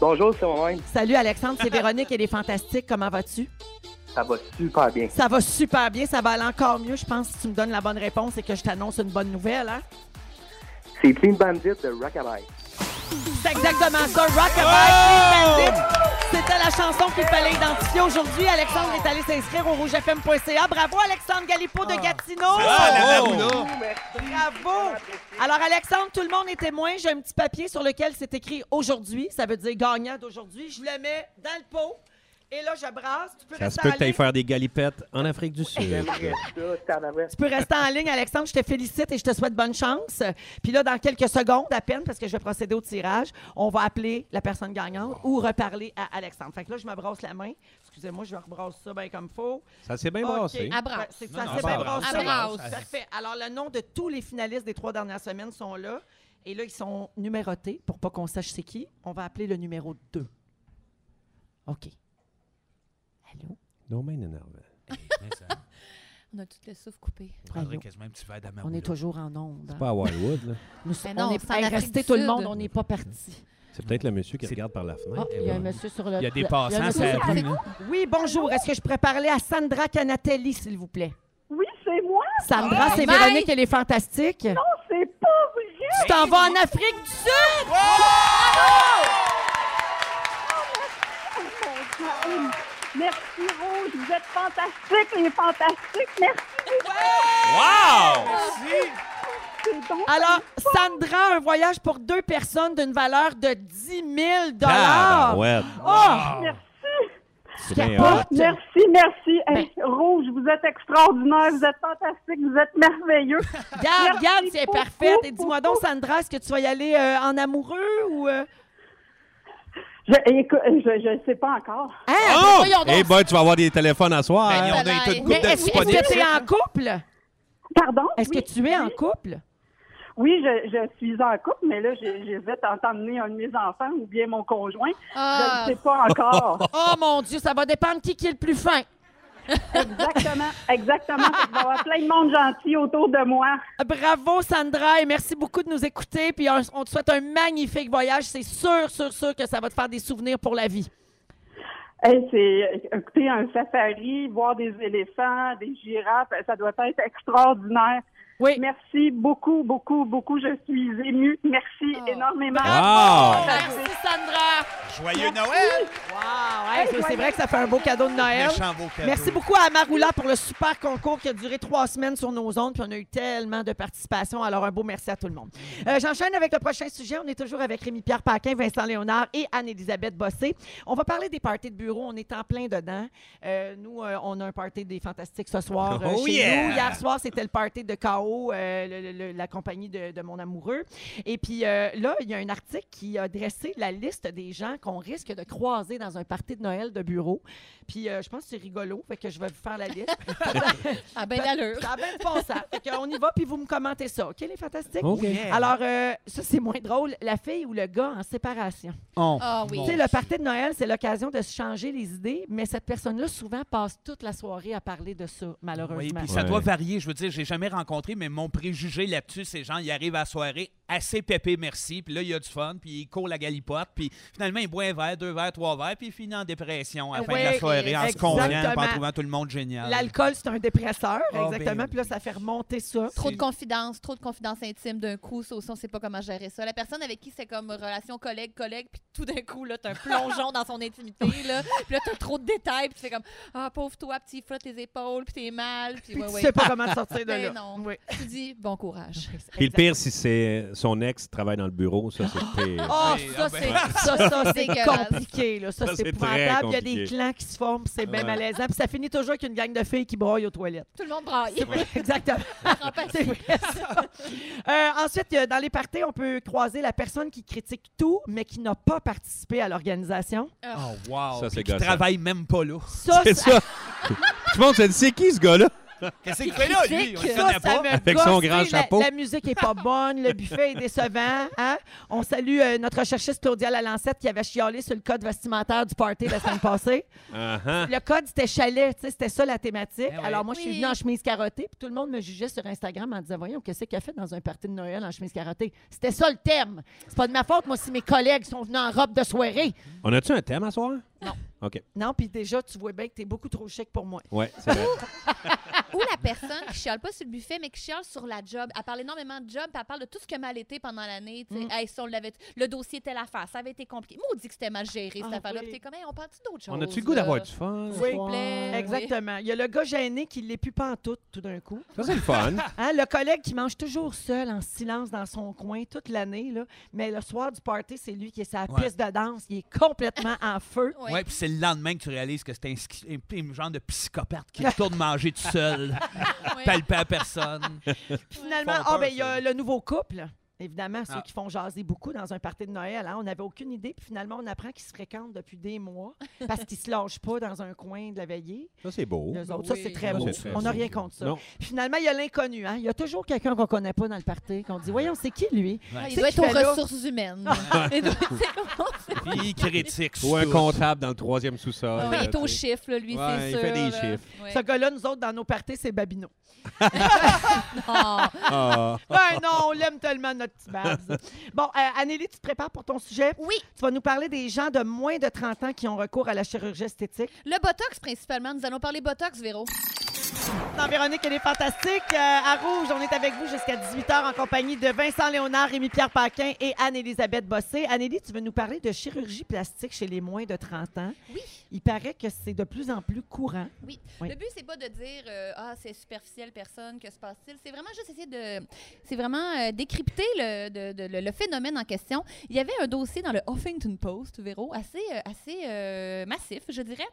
Bonjour, c'est moi-même.
Salut Alexandre, c'est Véronique, elle est fantastique. Comment vas-tu?
Ça va super bien.
Ça va super bien, ça va aller encore mieux, je pense, si tu me donnes la bonne réponse et que je t'annonce une bonne nouvelle. Hein?
C'est Clean Bandit de Rockabye.
C'est exactement ça, Rockabye Clean Bandit. C'était la chanson qu'il fallait identifier aujourd'hui. Alexandre est allé s'inscrire au rougefm.ca. Bravo, Alexandre Galipo de Gatineau.
Ah, la
Oh!
maboula!
Bravo! Alors, Alexandre, tout le monde est témoin. J'ai un petit papier sur lequel c'est écrit aujourd'hui. Ça veut dire gagnant d'aujourd'hui. Je le mets dans le pot. Et là, je brasse. Tu peux
Ça se
rester
peut
en
que tu ailles
ligne.
faire des galipettes en Afrique du Sud.
J'aimerais ça, tabarouette.
Tu peux rester en ligne, Alexandre. Je te félicite et je te souhaite bonne chance. Puis là, dans quelques secondes à peine, parce que je vais procéder au tirage, on va appeler la personne gagnante ou reparler à Alexandre. Fait que là, je me brosse la main. Excusez-moi, je rebrasse ça bien comme faut.
Ça s'est bien
Ok.
brassé.
À brasse.
Ouais, C'est
Non,
ça,
non,
c'est
ça
bien
brasse,
brassé.
ça brasse.
Parfait. Alors, le nom de tous les finalistes des trois dernières semaines sont là. Et là, ils sont numérotés pour pas qu'on sache c'est qui. On va appeler le numéro 2. OK. Allô?
Non, mais énervé.
On a tout le souffle coupé.
Je prendrais
Allô?
quasiment un petit verre
On
d'amaroula.
est toujours en onde. hein?
Pas à Wildwood, là.
Nous sommes-
Mais non,
on est,
c'est en
Hey,
Afrique
restez
du
tout le
Sud.
monde, on n'est pas parti.
C'est peut-être le monsieur qui
C'est-
regarde par la
Oh,
fenêtre.
il y a un monsieur sur le.
Eh ben, Il y a des
le-
passants hein.
un
à
monsieur-
la rue, là.
Oui, bonjour. Est-ce que je pourrais parler à Sandra Canatelli, s'il vous plaît?
Oui, c'est moi.
Sandra,
Oh,
c'est
my!
Véronique, elle est fantastique.
Ah, Non, c'est pas vrai.
Tu t'en vas en Afrique du Sud!
Oh, mon Dieu. Merci, Rose. Vous êtes fantastiques, les fantastiques. Merci.
Ah!
Wow!
C'est donc
Alors, Sandra, un voyage pour deux personnes d'une valeur de 10
Ah,
000
Ah, ben, ouais.
Ah! Oh!
Merci.
C'est bien hot.
Capote!
Merci, merci.
Ben.
Hey, Rouge, vous êtes extraordinaire, vous êtes fantastique, vous êtes merveilleux.
Regarde,
Merci
regarde, c'est
beaucoup,
parfait. Et dis-moi donc,
beaucoup.
Sandra, est-ce que tu vas y aller euh, en amoureux ou. euh,
Je écoute, je- je ne sais pas encore.
Hein?
Oh!
voyons donc.
Eh ben, tu vas avoir des téléphones à soir.
Ben,
hein.
ils ont donné toute une
Mais
couple de
est-ce est-ce
disponibles.
que tu es en couple?
Pardon?
Est-ce
Oui,
que tu es en
oui.
couple?
Oui, je, je suis en couple, mais là, je, je vais t'emmener un de mes enfants ou bien mon conjoint.
Ah.
Je ne sais pas encore.
Oh mon Dieu, ça va dépendre qui, qui est le plus fin.
Exactement, exactement. Il va y avoir plein de monde gentil autour de moi.
Bravo, Sandra, et merci beaucoup de nous écouter. Puis on, on te souhaite un magnifique voyage. C'est sûr, sûr, sûr que ça va te faire des souvenirs pour la vie.
Hey, c'est écouter un safari, voir des éléphants, des girafes, ça doit être extraordinaire.
Oui.
Merci beaucoup, beaucoup, beaucoup. Je suis émue. Merci énormément.
Wow!
Merci, Sandra.
Joyeux Noël!
Wow, hey, c'est- c'est vrai que ça fait un beau cadeau de Noël.
Méchant beau cadeau.
Merci beaucoup à Maroula pour le super concours qui a duré trois semaines sur nos ondes, puis on a eu tellement de participation. Alors, un beau merci à tout le monde. Euh, J'enchaîne avec le prochain sujet. On est toujours avec Rémi-Pierre Paquin, Vincent Léonard et Anne-Élisabeth Bossé. On va parler des parties de bureau. On est en plein dedans. Euh, nous, euh, on a un party des Fantastiques ce soir euh,
Oh
chez
yeah!
nous. Hier soir, c'était le party de KO, euh, le- le- le- la compagnie de, de mon amoureux. Et puis euh, là, il y a un article qui a dressé la liste des gens qu'on risque de croiser dans un party de Noël de bureau. Puis euh, je pense que c'est rigolo, fait que je vais vous faire la liste.
Ah ben d'allure.
Ça a bien de bon sens. Fait que on y va, puis vous me commentez ça. OK, les fantastiques?
OK.
Alors, euh, ça, c'est moins drôle. La fille ou le gars en séparation.
On.
Ah oui.
Tu sais, le party de Noël, c'est l'occasion de se changer les idées, mais cette personne-là, souvent, passe toute la soirée à parler de ça,
Oui,
malheureusement.
puis ça
Ouais.
doit varier. Je veux dire, j'ai jamais rencontré, mais mon préjugé là-dessus, c'est genre, ils arrivent à la soirée, assez pépé, merci, puis là, il y a du fun, puis il court la galipote, puis finalement, il boit un verre, deux verres, trois verres, puis il finit en dépression à la fin de
Oui,
la soirée, en se confiant, puis
exactement.
en trouvant tout le monde génial.
L'alcool, c'est un dépresseur,
Ah,
exactement.
ben,
Puis là, ça fait remonter ça.
Trop de confidence, trop de confidence intime d'un coup, ça aussi, on sait pas comment gérer ça. La personne avec qui c'est comme relation collègue-collègue, puis tout d'un coup, là, t'as un plongeon dans son intimité, là, puis là, t'as trop de détails, puis tu fais comme, ah, pauvre toi, petit, frotte les épaules, puis t'es mal, puis
Puis
ouais,
tu
ouais.
sais pas comment te sortir de
Ben
là.
non.
Oui.
Tu dis, bon courage.
Puis le pire, si c'est son ex qui travaille dans le bureau, ça, c'est le pire.
Oh,
Oui,
ça,
ah ben.
c'est ça, ça, c'est
Dégueulasse.
compliqué. Là. Ça,
Ça,
c'est
c'est
épouvantable.
très
Il y a des
compliqué.
clans qui se forment, puis c'est bien
Ouais.
malaisant. Puis ça finit toujours avec une gang de filles qui broyent aux toilettes.
Tout le monde braille.
Exactement. C'est vrai, ça. Euh, ensuite, euh, dans les parties, on peut croiser la personne qui critique tout, mais qui n'a pas participé à l'organisation.
Oh, wow.
Ça, c'est
Puis qui
gossant.
travaille même pas là.
oh, Ça,
C'est ça! Tout le monde se dit, c'est qui ce gars-là?
Qu'est-ce qu'il fait là, lui? On le
Ça,
connaît
ça
pas.
me
Avec
gosse,
son
tu
grand
sais, la-
chapeau.
La, musique est pas bonne, le buffet est décevant. hein. On salue euh, notre chercheuse Claudia Lalancette qui avait chialé sur le code vestimentaire du party la semaine passée.
Ah,
Le code, c'était chalet, tu sais, c'était ça la thématique.
Ben oui.
Alors moi, je suis
Oui.
venue en chemise carottée, puis tout le monde me jugeait sur Instagram en disant Voyons, qu'est-ce qu'elle a fait dans un party de Noël en chemise carottée C'était ça le thème. C'est pas de ma faute, moi, si mes collègues sont venus en robe de soirée.
ah. On a-tu un thème à soir?
Non.
OK.
Non, puis déjà, tu vois bien que t'es beaucoup trop chic pour moi.
Ouais, c'est vrai.
Ou la personne qui chiale pas sur le buffet, mais qui chiale sur la job. Elle parle énormément de job, puis elle parle de tout ce qui a mal été pendant l'année. tu sais.
Mm.
Hey, ça, on l'avait- le dossier, telle affaire, ça avait été compliqué. Maudit que c'était mal géré, cette
Ah
affaire-là.
oui.
Puis t'es comme, Hey, on parle d'autres choses.
On a-tu le goût
là?
d'avoir du fun? ce
Oui.
soir?
Plaît.
Exactement. Il y a le gars gêné qui l'est plus pantoute tout d'un coup.
Ça, c'est le fun.
Hein, le collègue qui mange toujours seul, en silence, dans son coin toute l'année, là, mais le soir du party, c'est lui qui est sa
Ouais.
piste de danse. Il est complètement en feu.
Oui.
Ouais, puis c'est c'est le lendemain que tu réalises que c'est un, schi- un- un genre de psychopathe qui retourne manger tout seul,
Oui.
palper à personne.
Finalement,
Font
ah,
peur,
ben, il y a
ça.
le nouveau couple. Évidemment, ceux
Ah.
qui font jaser beaucoup dans un party de Noël, hein. on n'avait aucune idée. Puis finalement, on apprend qu'ils se fréquentent depuis des mois parce qu'ils se lâchent pas dans un coin de la veillée.
Ça, c'est beau.
Les autres, ça,
oui.
c'est très
Oh, Ça,
beau.
c'est très
on n'a
beau.
rien contre ça.
Non.
Puis Finalement, il y a l'inconnu. hein. Il y a toujours quelqu'un qu'on connaît pas dans le party, qu'on dit Voyons, c'est qui lui
Ah, il
C'est
doit
qu'il
être aux
fait là. Ah,
ressources humaines. Il doit- c'est comment c'est-
Puis il critique.
Ou un
tout.
comptable dans le troisième sous-sol. Euh,
Ah, Il est
là,
aux
tu sais.
chiffres, là, lui,
Ouais,
c'est
il
sûr.
fait des
là.
chiffres.
Ouais.
Ce gars-là, nous autres, dans nos parties, c'est Babino.
Ah,
Ah.
Ben non, on l'aime tellement, notre petit Babs. Bon, euh, Anneli, tu te prépares pour ton sujet?
Oui.
Tu vas nous parler des gens de moins de 30 ans qui ont recours à la chirurgie esthétique.
le Botox, principalement. Nous allons parler Botox, Véro.
Dans Véronique, elle est fantastique. Euh, à Rouge, on est avec vous jusqu'à 18h en compagnie de Vincent Léonard, Rémi-Pierre Paquin et Anne-Élisabeth Bossé. Anneli, tu veux nous parler de chirurgie plastique chez les moins de 30 ans.
Oui.
Il paraît que c'est de plus en plus courant.
Oui.
Oui.
Le but, c'est pas de dire euh, Ah, c'est superficiel, personne, que se passe-t-il? C'est vraiment juste essayer de. C'est vraiment euh, décrypter le, de- de- le- le phénomène en question. Il y avait un dossier dans le Huffington Post, Véro, assez, euh, assez euh, massif, je dirais.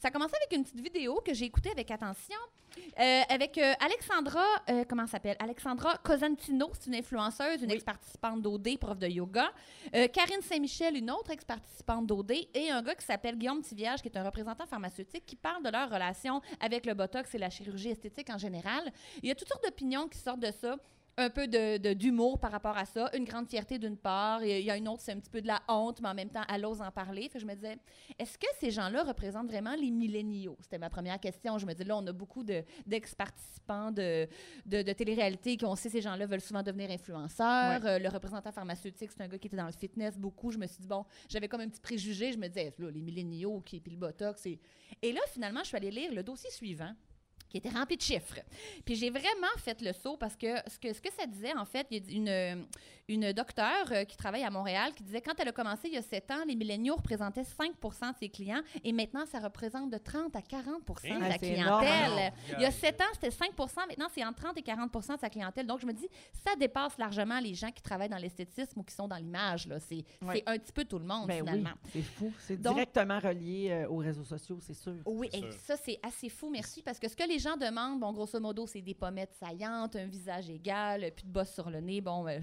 Ça a commencé avec une petite vidéo que j'ai écoutée avec attention, euh, avec euh, Alexandra. euh, comment elle s'appelle? Alexandra Cosentino, c'est une influenceuse, une ex-participante d'OD, prof de yoga. Euh, Karine Saint-Michel, une autre ex-participante d'OD, et un gars qui s'appelle Guillaume Tiviage, qui est un représentant pharmaceutique, qui parle de leur relation avec le Botox et la chirurgie esthétique en général. Il y a toutes sortes d'opinions qui sortent de ça. Un peu de- de- d'humour par rapport à ça, une grande fierté d'une part, et il y a une autre, c'est un petit peu de la honte, mais en même temps, elle ose en parler. Fait que je me disais, est-ce que ces gens-là représentent vraiment les milléniaux? C'était ma première question. Je me dis, là, on a beaucoup de- d'ex-participants de, de, de télé-réalité qui, on sait, ces gens-là veulent souvent devenir influenceurs. Euh, le représentant pharmaceutique, c'est un gars qui était dans le fitness beaucoup. Je me suis dit, bon, j'avais comme un petit préjugé. Je me disais, là, les milléniaux, qui puis le botox. Et... et là, finalement, je suis allée lire le dossier suivant qui était rempli de chiffres. Puis j'ai vraiment fait le saut parce que ce que, ce que ça disait, en fait, il y a une, une docteure euh, qui travaille à Montréal qui disait quand elle a commencé il y a 7 ans, les milléniaux représentaient 5 de ses clients et maintenant, ça représente de 30 à 40 de
Ah,
la
c'est énorme.
clientèle. Il y a 7 ans, c'était 5 maintenant, c'est entre 30 et 40 de sa clientèle. Donc, je me dis, ça dépasse largement les gens qui travaillent dans l'esthétisme ou qui sont dans l'image. là. C'est
Ouais.
c'est un petit peu tout le monde,
Ben oui,
finalement.
c'est fou. C'est
Donc-
directement relié euh, aux réseaux sociaux, c'est sûr.
Oui, et ça, c'est assez fou, merci, parce que ce que les gens demandent, bon, grosso modo, c'est des pommettes saillantes, un visage égal, euh, plus de bosse sur le nez, bon, euh,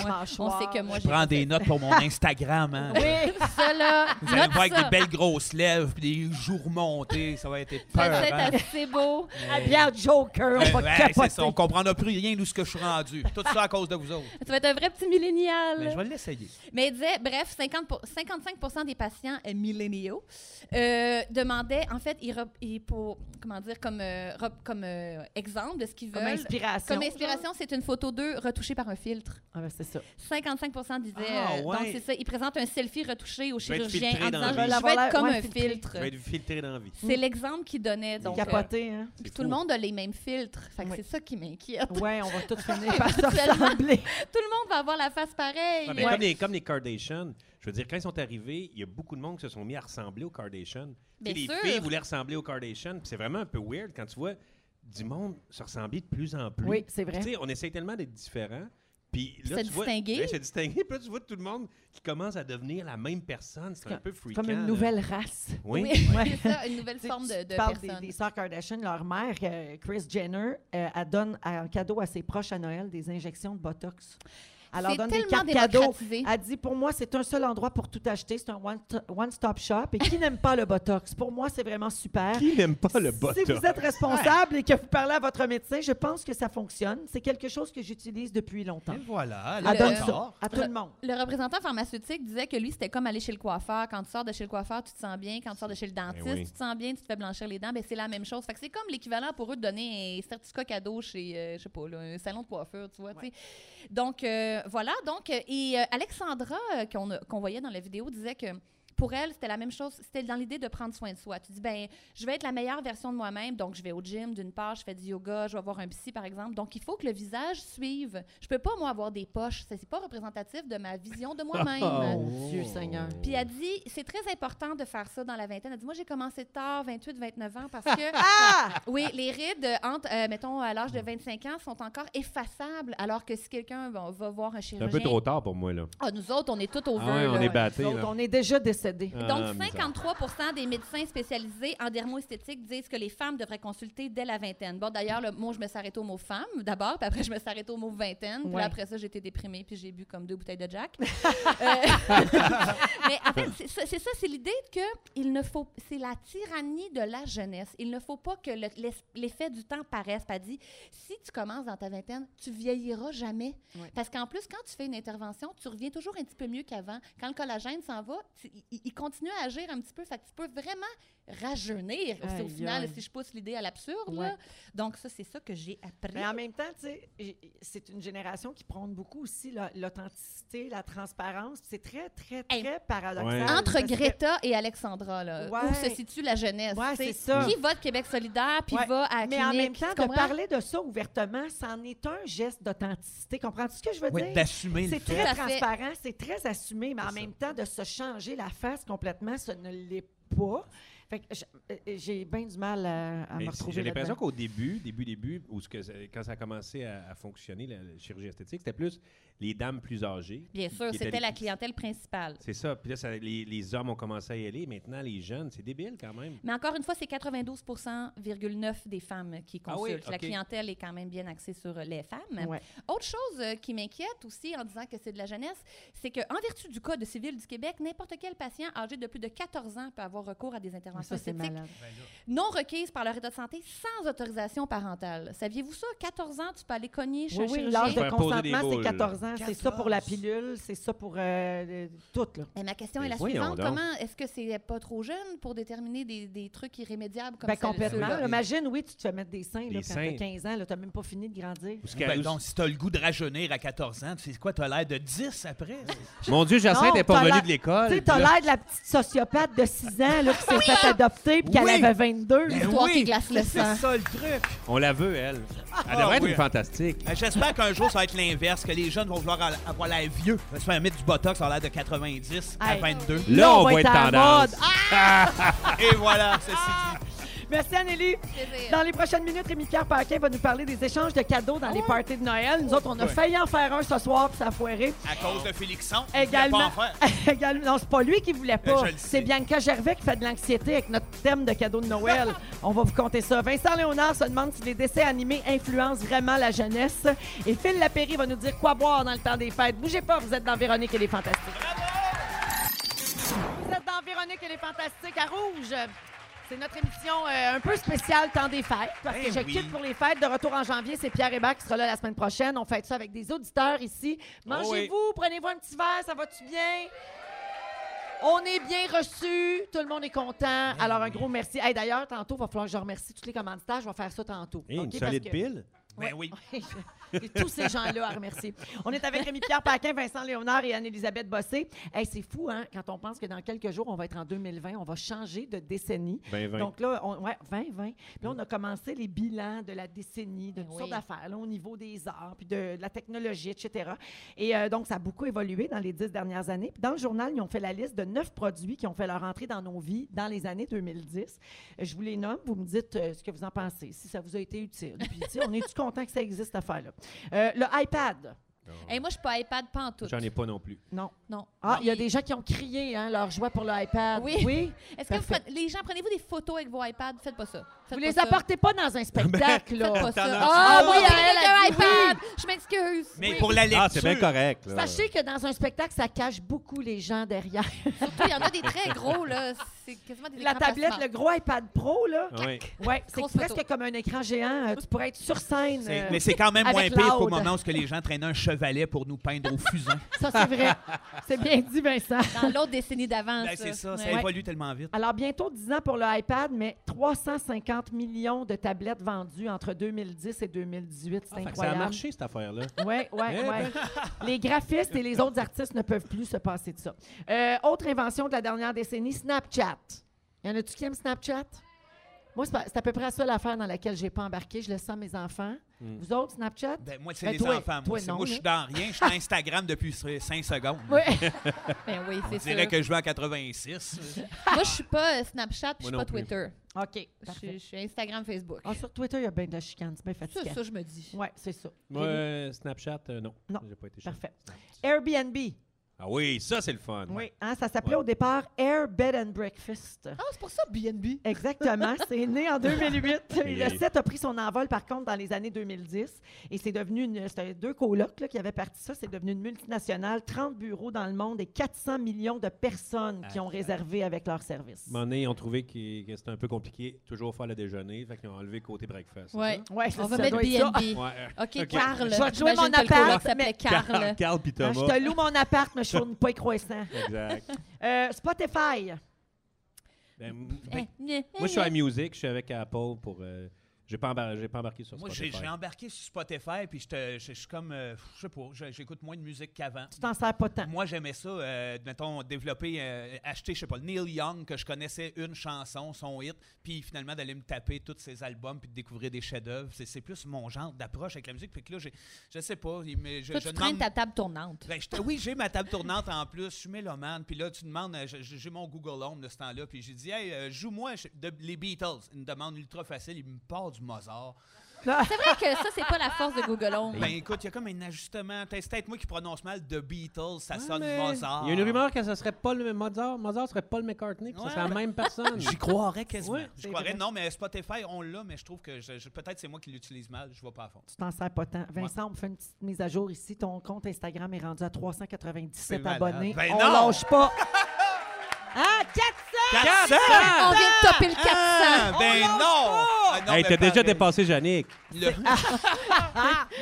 moi, on
mâchoire.
sait que moi,
Je prends des notes pour mon Instagram. Hein.
Oui.
ça, là,
Vous allez me
note
voir avec
ça.
des belles grosses lèvres puis des joues remontées. Ça va être
Ça
peur.
doit être
hein.
assez beau.
Bien, Ah, Joker, on va
Ouais, ouais,
capoter.
c'est ça, on comprendra plus rien de ce que je suis rendu. Tout ça à cause de vous autres.
Ça va être un vrai petit millénial.
Mais je vais l'essayer.
Mais il disait, bref, 50 pour- 55 des patients euh, milléniaux euh, demandaient, en fait, ils, rep- ils pour, comment dire, comme, euh, rep- comme euh, exemple de ce qu'ils
Comme
veulent.
inspiration.
Comme inspiration, c'est une photo d'eux retouchée par un filtre.
Ah, ben, c'est ça.
55 disaient.
Ah,
euh,
ouais.
Donc, c'est ça. Ils présentent un selfie retouché au
Je vais être
chirurgien
filtré
en
dans
disant
la vie.
Je
Avoir
vais
l'air-
être comme
ouais,
un
filtré.
filtre.
Je vais être filtré dans la vie.
C'est l'exemple qu'ils donnaient. Donc, euh,
Capoté, hein?
puis
C'est
tout le
fou.
monde a les mêmes filtres. Fait que
Oui.
C'est ça qui m'inquiète.
Ouais, on va tous finir par se
Éventuellement.
ressembler.
Tout le monde va avoir la face pareille.
Ouais, mais comme, les, comme les Kardashians, je veux dire, quand ils sont arrivés, il y a beaucoup de monde qui se sont mis à ressembler aux Kardashians. Tu
Bien
sais, les
sûr.
filles voulaient ressembler aux Kardashians, puis c'est vraiment un peu weird quand tu vois du monde se ressembler de plus en plus.
Oui, c'est vrai.
Tu sais, on essaie tellement d'être différent. Puis là,
Se
tu vois-
distinguer.
Ouais, se distinguer. Puis là, tu vois tout le monde qui commence à devenir la même personne. C'est un
comme-
peu freakant.
Comme une
là.
nouvelle race.
Oui.
Oui,
Ouais.
c'est ça, une nouvelle
Tu sais,
forme
tu-
de,
tu
de
parles
personne.
Des, des sœurs Kardashian, leur mère, Chris Jenner, euh, elle donne en cadeau à ses proches à Noël des injections de Botox. Elle leur
C'est
donne des
tellement
cartes cadeaux.
démocratisé.
Elle dit, pour moi, c'est un seul endroit pour tout acheter. C'est un one- one-stop shop. Et qui n'aime pas le Botox? Pour moi, c'est vraiment super.
Qui n'aime pas le botox?
Si vous êtes responsable et que vous parlez à votre médecin, je pense que ça fonctionne. C'est quelque chose que j'utilise depuis longtemps.
Et voilà.
Elle
Le-
Ah. donne
est
ça à tout le monde.
Le représentant pharmaceutique disait que lui, c'était comme aller chez le coiffeur. Quand tu sors de chez le coiffeur, tu te sens bien. Quand tu sors de chez le dentiste,
oui.
tu te sens bien, tu te fais blanchir les dents. Ben, c'est la même chose. Fait que c'est comme l'équivalent pour eux de donner un certificat cadeau chez, euh, je sais pas, là, un salon de coiffure, tu vois. tu sais. Donc, euh, voilà. Donc, euh, et euh, Alexandra, euh, qu'on a- qu'on voyait dans la vidéo, disait que pour elle, c'était la même chose. C'était dans l'idée de prendre soin de soi. Tu dis, ben, je vais être la meilleure version de moi-même. Donc, je vais au gym, d'une part, je fais du yoga, je vais avoir un psy, par exemple. Donc, il faut que le visage suive. Je peux pas, moi, avoir des poches. Ça, c'est pas représentatif de ma vision de moi-même.
Mon Dieu Seigneur.
Puis elle dit, c'est très important de faire ça dans la vingtaine. Elle dit, moi, j'ai commencé tard, 28, 29 ans, parce que,
Ah!
oui, les rides, euh, entre, euh, mettons, à l'âge de 25 ans, sont encore effaçables, alors que si quelqu'un bon, va voir un
C'est
chirurgien...
un peu trop tard pour moi, là.
Ah, nous autres, on est tous au
Ah ouais, on est battés,
Donc,
là.
on est déjà décédés.
Ah,
Donc,
misère.
53 des médecins spécialisés en dermoesthétique disent que les femmes devraient consulter dès la vingtaine. Bon, d'ailleurs, le mot, je me suis arrêtée au mot femme d'abord, puis après, je me suis arrêtée au mot vingtaine. Puis
Ouais.
là, après ça, j'étais déprimée, puis j'ai bu comme deux bouteilles de Jack. Euh, Mais en fait, c'est ça- c'est ça, c'est l'idée que il ne faut, c'est la tyrannie de la jeunesse. Il ne faut pas que le- l'es- l'effet du temps paraisse. Pas dit, si tu commences dans ta vingtaine, tu vieilliras jamais.
Ouais.
Parce qu'en plus, quand tu fais une intervention, tu reviens toujours un petit peu mieux qu'avant. Quand le collagène s'en va, tu- il, il continue à agir un petit peu. Fait que tu peux vraiment rajeunir. C'est au
Aïe,
final,
aïe.
si je pousse l'idée à l'absurde,
Ouais.
là. donc ça, c'est ça que j'ai appris.
Mais en même temps, tu sais, j- c'est une génération qui prône beaucoup aussi la- l'authenticité, la transparence. C'est très, très, très
Hey.
paradoxal.
Ouais.
Entre
parce que-
Greta et Alexandra, là,
Ouais.
où se situe la jeunesse.
Ouais,
tu sais.
c'est ça.
Qui vote Québec solidaire, puis
Ouais.
va à la
Mais en
clinique,
même temps,
tu
de
comprends?
parler de ça ouvertement, c'en est un geste d'authenticité. Comprends-tu ce que je veux
Oui,
dire?
d'assumer le
C'est
fait.
très
Tout à fait.
transparent, c'est très assumé, mais en même temps, de se changer la face complètement, ce ne l'est pas. Fait que j- euh, j'ai bien du mal à, à
Mais
me
c'est-
retrouver.
J'ai l'impression
là-dedans.
qu'au début, début, début, où ce que ça- quand ça a commencé à, à fonctionner, la, la chirurgie esthétique, c'était plus les dames plus âgées.
Bien sûr,
qui étaient
c'était
les-
la clientèle principale.
C'est ça. Puis là, ça- les, les hommes ont commencé à y aller. Maintenant, les jeunes, c'est débile quand même.
Mais encore une fois, c'est 92,9 des femmes qui
Ah
consultent.
oui,
La
ok.
clientèle est quand même bien axée sur euh, les femmes.
Ouais.
Autre chose euh, qui m'inquiète aussi en disant que c'est de la jeunesse, c'est qu'en vertu du Code civil du Québec, n'importe quel patient âgé de plus de 14 ans peut avoir recours à des
Mais
interventions
Ça, c'est
esthétiques
malade.
Ben
non requises par leur état de santé sans autorisation parentale. Saviez-vous ça? 14 ans, tu peux aller cogner chez
Oui,
le
oui,
chirurgien.
l'âge de
Faire poser des
consentement, c'est
boules.
14 ans. C'est ça pour la
14.
pilule, c'est ça pour euh, le- tout. Là.
Mais Eh, ma question
Mais
est la
voyons
suivante.
donc.
Comment est-ce que c'est pas trop jeune pour déterminer des, des trucs irrémédiables comme
Ben,
celle-
complètement.
ceux-là?
là. imagine, oui, tu te fais mettre des seins là,
Des
quand t'as
seins.
15 ans, tu n'as même pas fini de grandir.
Parce que-
Ben donc, si t'as le goût de rajeunir à 14 ans, tu sais quoi, t'as l'air de 10 après?
Mon Dieu, Jacinthe
Non,
n'est pas
t'as
revenue
l'air- Tu
de
sais,
l'école.
t'as
Puis là,
l'air de la petite sociopathe de 6 ans là, qui s'est faite adopter puis qu'elle
Oui.
avait 22.
Ben
L'histoire qui glace le
c'est
sang.
ça le truc.
On la veut, elle.
Ah,
Elle devrait être
oui.
une fantastique.
Ben, J'espère qu'un jour, ça va être l'inverse, que les jeunes vont vouloir al- avoir l'air vieux. Ça se faire mettre du botox à l'air de 90 à
Hey.
22.
Là, on va être
à la
tendance.
mode. Ah!
Et voilà, ceci dit.
Merci, Anneli.
Plaisir.
Dans les prochaines minutes, Rémi-Pierre Paquin va nous parler des échanges de cadeaux dans les parties de Noël. Nous autres, on a
Ouais.
failli en faire un ce soir, puis ça a foiré.
À cause de Félixon, il
Également.
voulait pas en faire.
Également- Non, c'est pas lui qui voulait pas.
Euh, je le
C'est
sais.
Bianca Gervais qui fait de l'anxiété avec notre thème de cadeau de Noël. On va vous compter ça. Vincent Léonard se demande si les décès animés influencent vraiment la jeunesse. Et Phil Lapéry va nous dire quoi boire dans le temps des fêtes. Bougez pas, vous êtes dans Véronique et les Fantastiques. Vous êtes dans Véronique et les Fantastiques à Rouge. C'est notre émission euh, un peu spéciale, temps des fêtes, parce que
Eh
Ben
je
oui.
quitte pour les fêtes. De retour en janvier, c'est Pierre Hébert qui sera là la semaine prochaine. On fête ça avec des auditeurs ici.
Ah
Mangez-vous, prenez-vous un petit verre, ça va-tu bien? On est bien reçus, tout le monde est content.
Eh
Alors, un gros merci. Hey, D'ailleurs, tantôt, il va falloir que je remercie tous les commanditaires. Je vais faire ça tantôt.
Hey,
OK?
Eh, une
Parce
solide
que-
pile.
Ben oui.
et tous ces gens-là à remercier. On est avec Rémi-Pierre Paquin, Vincent Léonard et Anne-Élisabeth Bossé. Hey, c'est fou, hein, quand on pense que dans quelques jours, on va être en 2020, on va changer de décennie.
20-20.
Donc là, on, ouais, 20, 20. Là, on a commencé les bilans de la décennie, de toutes
Eh oui.
sortes d'affaires, là, au niveau des arts, puis de, de la technologie, etc. Et euh, donc, ça a beaucoup évolué dans les dix dernières années. Puis dans le journal, ils ont fait la liste de neuf produits qui ont fait leur entrée dans nos vies dans les années 2010. Euh, Je vous les nomme, vous me dites euh, ce que vous en pensez, si ça vous a été utile. Puis, tu sais, on est-tu content que ça existe, cette affaire-là? Euh, le iPad.
Hey, moi, je suis pas iPad, pas en tout.
J'en ai pas non plus.
Non.
Non.
Ah, il y a
Puis-
des gens qui ont crié hein, leur joie pour le iPad.
Oui.
oui?
Est-ce que vous
Parfait.
prenez- les gens, prenez-vous des photos avec vos iPads? Faites pas ça. Faites
Vous
pas
les
ça.
apportez pas dans un spectacle,
Faites
là.
pas ça.
Attends,
Ah,
Ah
oui,
oui,
elle a dit
elle
oui.
a iPad. Je m'excuse.
Mais
Oui.
pour la lecture.
Ah, c'est bien correct. là.
Sachez que dans un spectacle, ça cache beaucoup les gens derrière.
Surtout, il y en a des très gros, là. C'est quasiment des
La
écrans
tablette,
plasma.
le gros iPad Pro, là.
Ah, Ouais.
Ouais, c'est
Grosse
presque
photo.
comme un écran géant. Euh, Tu pourrais être sur scène.
C'est-
euh,
Mais c'est quand même moins
Avec
pire qu'au
l'aude.
moment où ce que les gens traînaient un chevalet pour nous peindre au fusain.
ça, c'est vrai. C'est bien dit, Vincent.
Dans l'autre décennie d'avant.
Ben, c'est ça, ça
Ouais.
évolue tellement vite.
Alors, bientôt 10 ans pour le iPad, mais 350 millions de tablettes vendues entre 2010 et 2018. C'est
Ah, fait que ça a
incroyable.
marché, cette affaire-là.
Oui, oui,
Eh ben.
oui. Les graphistes et les autres artistes ne peuvent plus se passer de ça. Euh, autre invention de la dernière décennie, Snapchat. Y en a-tu qui aiment Snapchat? Moi, c'est pas- c'est à peu près la seule affaire dans laquelle j'ai pas embarqué. Je le sens à mes enfants. Vous autres, Snapchat?
Hmm. Ben, moi, c'est
Ben,
les
toi-
enfants.
toi,
Moi, c'est-
non,
moi, je suis dans rien. Je suis dans Instagram depuis 5 secondes.
Oui.
Ben oui,
Je
c'est sûr.
dirais que je vais en 86.
Moi, je suis pas euh, Snapchat, puis je
Moi
suis
non
pas
plus.
Twitter.
OK.
Je
parfait.
suis- Je suis Instagram, Facebook.
Ah, sur Twitter, il y a bien de la chicane. C'est bien
Ça,
fatigant.
ça, je me dis.
Oui, c'est ça.
Moi, euh, Snapchat, euh, non.
Non.
J'ai pas été chez-
Parfait. Airbnb.
Ah oui, ça, c'est le fun.
Oui, hein, ça s'appelait au départ Air Bed and Breakfast.
Ah, c'est pour ça BNB.
Exactement, c'est né en 2008.
Aïe,
Le
aïe.
set a pris son envol, par contre, dans les années 2010. Et c'est devenu une. C'était deux colocs là, qui avaient parti ça. C'est devenu une multinationale, 30 bureaux dans le monde et 400 millions de personnes qui ont réservé avec leur service.
Un moment donné, ils ont trouvé qu'il- que c'était un peu compliqué, toujours faire le déjeuner, fait qu'ils ont enlevé côté breakfast. c'est
Ouais.
Ouais, c'est
On va
ça,
mettre
doit être ça.
BNB.
ça? Ouais.
OK,
Ok.
Carl.
Je vais te jouer
J'imagine
mon
que le
appart,
coloc s'appelait
mais-
Carl.
Carl puis
Hein,
Thomas.
je te loue mon appart, mais je ne pas y croissant.
Exact.
Euh, Spotify.
Ben, m-
Eh, eh,
moi, je suis
eh,
à Music, je suis avec Apple pour. euh, j'ai pas, embar- j'ai pas embarqué sur
Moi, j'ai
Spotify.
j'ai embarqué sur Spotify, puis j'étais- je je suis comme, euh, je sais pas, je- j'écoute moins de musique qu'avant.
Tu t'en sers pas tant.
Moi, j'aimais ça, euh, mettons, développer, euh, acheter, je sais pas, Neil Young, que je connaissais une chanson, son hit, puis finalement d'aller me taper tous ses albums, puis de découvrir des chefs-d'œuvre. C'est- C'est plus mon genre d'approche avec la musique. Puis que là, j'ai- je sais pas, il- mais je,
Toi,
je
tu traînes
demande-
ta table tournante.
Ben, j'étais- oui, j'ai ma table tournante en plus, je suis mélomane. Puis là, tu demandes, euh, je- je- j'ai mon Google Home de ce temps-là, puis j'ai dit, hey, euh, joue-moi je- de- les Beatles. Une demande ultra facile, il me part du Mozart.
C'est vrai que ça, c'est pas la force de Google Home.
Ben écoute, il y a comme un ajustement. Peut-être- C'est peut-être moi qui prononce mal The Beatles, ça
Ouais,
sonne
mais
Mozart.
Il y a une rumeur que ce serait pas le Mozart. Mozart serait pas le McCartney, puis
Ouais,
ça serait la
ben-
même personne.
J'y croirais quasiment.
Ouais,
J'y
c'est
croirais.
vrai.
Non, mais Spotify, on l'a, mais je trouve que je- je- peut-être c'est moi qui l'utilise mal. Je ne vais pas à fond.
Tu t'en sers pas tant. Vincent, on me fait une petite mise à jour ici. Ton compte Instagram est rendu à 397
malade.
abonnés.
Ben
on
non!
lâche pas. Hein? 400!
On vient de topper le 400.
Ah, ben non! Ah, non,
Hey,
mais
t'as déjà
pareil.
dépassé Yannick.
Le,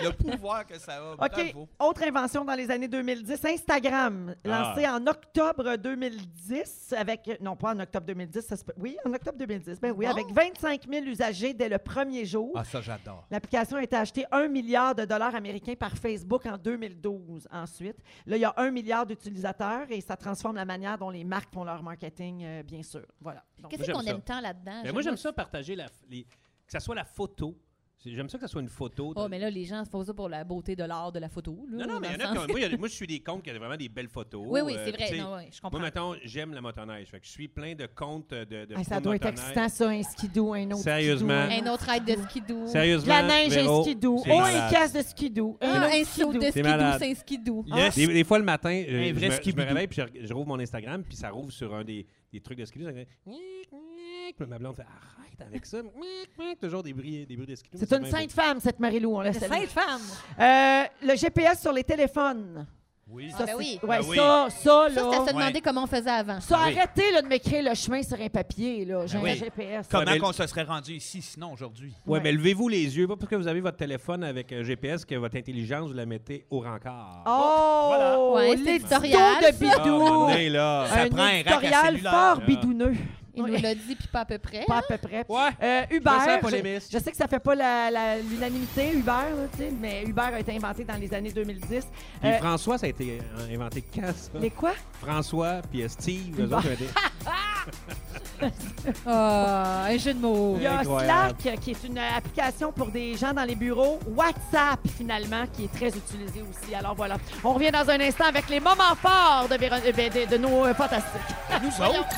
le pouvoir que ça a.
OK.
Bravo.
Autre invention dans les années 2010, Instagram,
Ah.
lancé en octobre 2010 avec... Non, pas en octobre 2010, ça se peut- Oui, en octobre 2010, ben oui,
Bon.
avec 25 000 usagers dès le premier jour.
Ah, ça, j'adore.
L'application a été achetée 1 milliard de dollars américains par Facebook en 2012 ensuite. Là, il y a 1 milliard d'utilisateurs et ça transforme la manière dont les marques font leur marketing, euh, bien sûr. Voilà. Donc,
Qu'est-ce
Ah! Moi,
qu'on
j'aime
aime tant là-dedans?
Ben, moi, j'aime ça partager la, les- que ça soit la photo. C'est- J'aime ça que ça soit une photo. de-
Oh, mais là, les gens font ça pour la beauté de l'art de la photo. là,
non, non, mais il y en
dans
a
le
quand- moi, il y en a- moi, je suis des comptes qui ont vraiment des belles photos.
Oui, oui,
euh,
c'est
tu
vrai.
sais,
Non, oui, je
Moi,
comprends.
mettons, j'aime la motoneige. Fait que je suis plein de comptes de, de
ah, ça doit être
motoneige.
excitant, ça, un skidoo, un autre
Sérieusement.
skidoo,
Un autre aide de skidoo.
De
Sérieusement,
la neige, un
Véro,
skidoo.
c'est
Oh, un
malade.
casse de skidoo. Un
Ah,
autre
un saut
skidoo.
de skidoo,
malade.
c'est un skidoo.
Des, des fois, le matin, euh,
Un
je,
vrai
me, je
skibidou.
me réveille puis je, re- je rouvre mon Instagram puis ça rouvre sur un des, des trucs de skidoo. Ça fait gnic, gnic. Puis Ma blonde fait arrête avec ça. Gnic, gnic. Toujours des bruits, des bruits de skidoo.
C'est
mais
une
bien
sainte femme, cette Marie-Lou. On
Ah,
la salue.
Sainte femme.
Euh, le GPS sur les téléphones.
Oui.
Ah, ben
c'est-
oui.
Ouais,
Ben oui.
Ça, ça,
Ça,
là.
c'est à
Ça,
se demander comment on faisait avant.
Oui.
arrêtez là, de m'écrire le chemin sur un papier. là. J'ai
Ben
un
oui.
GPS.
Comment
Ouais, mais-
qu'on se serait rendu ici sinon aujourd'hui?
Oui,
Ouais.
mais levez-vous les yeux. Pas parce que vous avez votre téléphone avec euh, un GPS que votre intelligence, vous la mettez au rencard.
Ah,
Voilà.
Oh,
Ouais, c'est
l'éditorial
éditorial,
de
ça.
Ah, mon
Bidou.
nez,
Euh,
là.
Ça prend un rack à
éditorial
cellulaire.
fort
Ah.
bidouneux.
Il nous l'a hein? dit, puis pas à peu près.
Pas à peu près.
Ouais.
Euh, Uber,
me sens
je,
polémiste.
je sais que ça fait pas la- la- l'unanimité, Uber, là, tu sais, mais Uber a été inventé dans les années 2010.
Puis
Euh,
François, ça a été euh, inventé quand, ça?
mais quoi?
François, puis euh, Steve, eux
Bon.
autres, ont été-
Ah, un jeu de mots.
Il y a
Incroyable.
Slack, euh, qui est une application pour des gens dans les bureaux. WhatsApp, finalement, qui est très utilisé aussi. Alors voilà. On revient dans un instant avec les moments forts de, Véro- euh, ben, de- de nos euh, fantastiques.
Nous autres?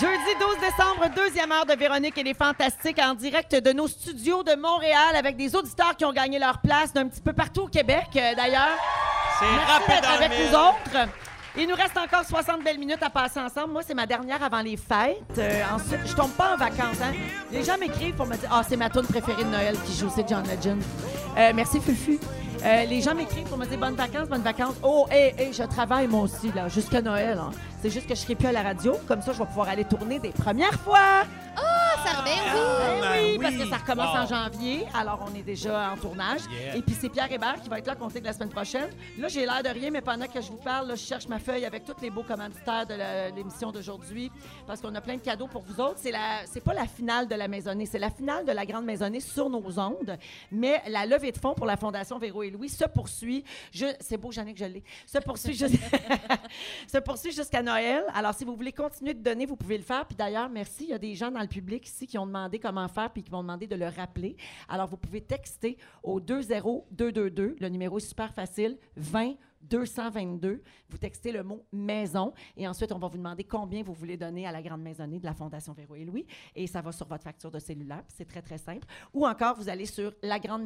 Jeudi 12 décembre, deuxième heure de Véronique et les Fantastiques en direct de nos studios de Montréal avec des auditeurs qui ont gagné leur place d'un petit peu partout au Québec, euh, d'ailleurs. Merci d'être
dans le
avec
mille.
nous autres. Il nous reste encore 60 belles minutes à passer ensemble. Moi, c'est ma dernière avant les fêtes. Euh, ensuite, je tombe pas en vacances. hein. Les gens m'écrivent pour me dire Ah, c'est ma tune préférée de Noël qui joue, c'est John Legend. Euh, merci, Fufu. Euh, les gens m'écrivent pour me dire bonnes vacances, bonnes vacances. Oh, hé, hé, je travaille moi aussi, là, jusqu'à Noël. hein. C'est juste que je serai plus à la radio. Comme ça, je vais pouvoir aller tourner des premières fois.
Ah, ça revient, oui.
Ben oui, parce que ça recommence en
Wow.
janvier. Alors, on est déjà en tournage.
Yeah.
Et puis, c'est Pierre Hébert qui va être là à compter de la semaine prochaine. Là, j'ai l'air de rien, mais pendant que je vous parle, là, je cherche ma feuille avec tous les beaux commanditaires de la- l'émission d'aujourd'hui parce qu'on a plein de cadeaux pour vous autres. C'est la, c'est pas la finale de la maisonnée, c'est la finale de la grande maisonnée sur nos ondes. Mais la levée de fonds pour la Fondation Véro et Louis se poursuit. Je- c'est beau, Jannick, je l'ai. Se poursuit jusqu'à se poursuit jusqu'à Noël. Alors, si vous voulez continuer de donner, vous pouvez le faire. Puis d'ailleurs, merci. Il y a des gens dans le public ici qui ont demandé comment faire puis qui m'ont demandé de le rappeler. Alors, vous pouvez texter au 20222. Le numéro est super facile. 20 222. Vous textez le mot maison et ensuite, on va vous demander combien vous voulez donner à la grande maisonnée de la Fondation Véro et Louis et ça va sur votre facture de cellulaire. C'est très, très simple. Ou encore, vous allez sur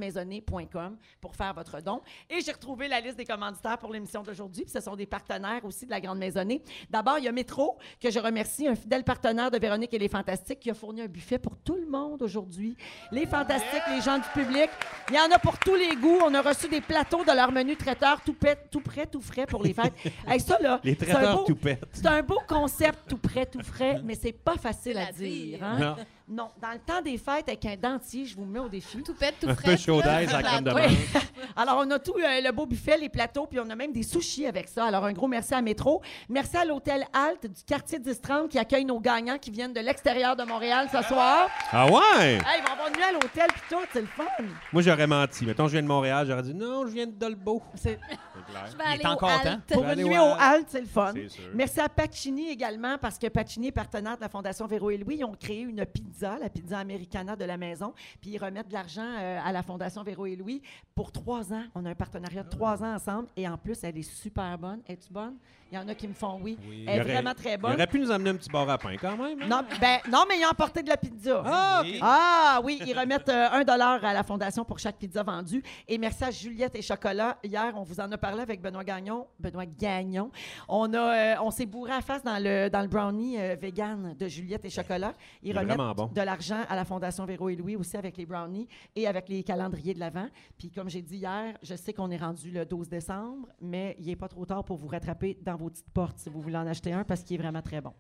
lagrandemaisonnée.com pour faire votre don. Et j'ai retrouvé la liste des commanditaires pour l'émission d'aujourd'hui. puis Ce sont des partenaires aussi de la Grande Maisonnée. D'abord, il y a Métro, que je remercie, un fidèle partenaire de Véronique et les Fantastiques, qui a fourni un buffet pour tout le monde aujourd'hui. Les Fantastiques, les gens du public. Il y en a pour tous les goûts. On a reçu des plateaux de leur menu traiteur tout, pet- tout prêt, tout frais pour les fêtes. Hey, ça, là,
Les
c'est un
traiteurs
beau-
tout pètent.
c'est un beau concept, tout prêt, tout frais, mais c'est pas facile à
à
dire.
dire.
hein?
Non.
Non, dans le temps des fêtes, avec un dentier, je vous mets au défi.
Tout pète, tout
Un
frais.
peu chaud d'aise à la crème de
Ah
menthe.
Oui. Alors, on a tout euh, le beau buffet, les plateaux, puis on a même des sushis avec ça. Alors, un gros merci à Métro. Merci à l'hôtel Alt du quartier 1030 qui accueille nos gagnants qui viennent de l'extérieur de Montréal ce soir.
Ah ouais?
Hey, ils vont avoir une nuit à l'hôtel, puis tout, c'est le fun.
Moi, j'aurais menti. Mettons, je viens de Montréal, j'aurais dit non, je viens de Dolbeau.
C'est-
C'est clair.
Je vais
Il est
aller
encore
au
temps.
Alt.
Pour
vas
une
aller
nuit
au
au
Alt.
Halt, c'est le fun.
C'est sûr.
Merci à Pacini également, parce que Pacini est partenaire de la Fondation Véro et Louis. Ils ont créé une pizza, la pizza americana de la maison, puis ils remettent de l'argent euh, à la Fondation Véro et Louis pour trois ans. On a un partenariat de trois ans ensemble, et en plus, elle est super bonne. Es-tu bonne? Il y en a qui me font oui.
Oui.
Elle est
Il aurait-
vraiment très
Il
bonne.
aurait pu nous amener un petit bar à pain quand même. hein?
Non, ben, non, mais ils ont apporté de la pizza.
Ah,
Oui.
Ah oui, ils remettent euh, un dollar à la fondation pour chaque pizza vendue. Et merci à Juliette et Chocolat. Hier, on vous en a parlé avec Benoît Gagnon. Benoît Gagnon. On, a, euh, on s'est bourré à face dans le, dans le brownie euh, vegan de Juliette et Chocolat. Ils
Il est
remettent
vraiment bon.
de l'argent à la Fondation Véro et Louis aussi avec les brownies et avec les calendriers de l'Avent. Puis comme j'ai dit hier, je sais qu'on est rendu le 12 décembre, mais il n'est pas trop tard pour vous rattraper dans vos petites portes si vous voulez en acheter un parce qu'il est vraiment très bon.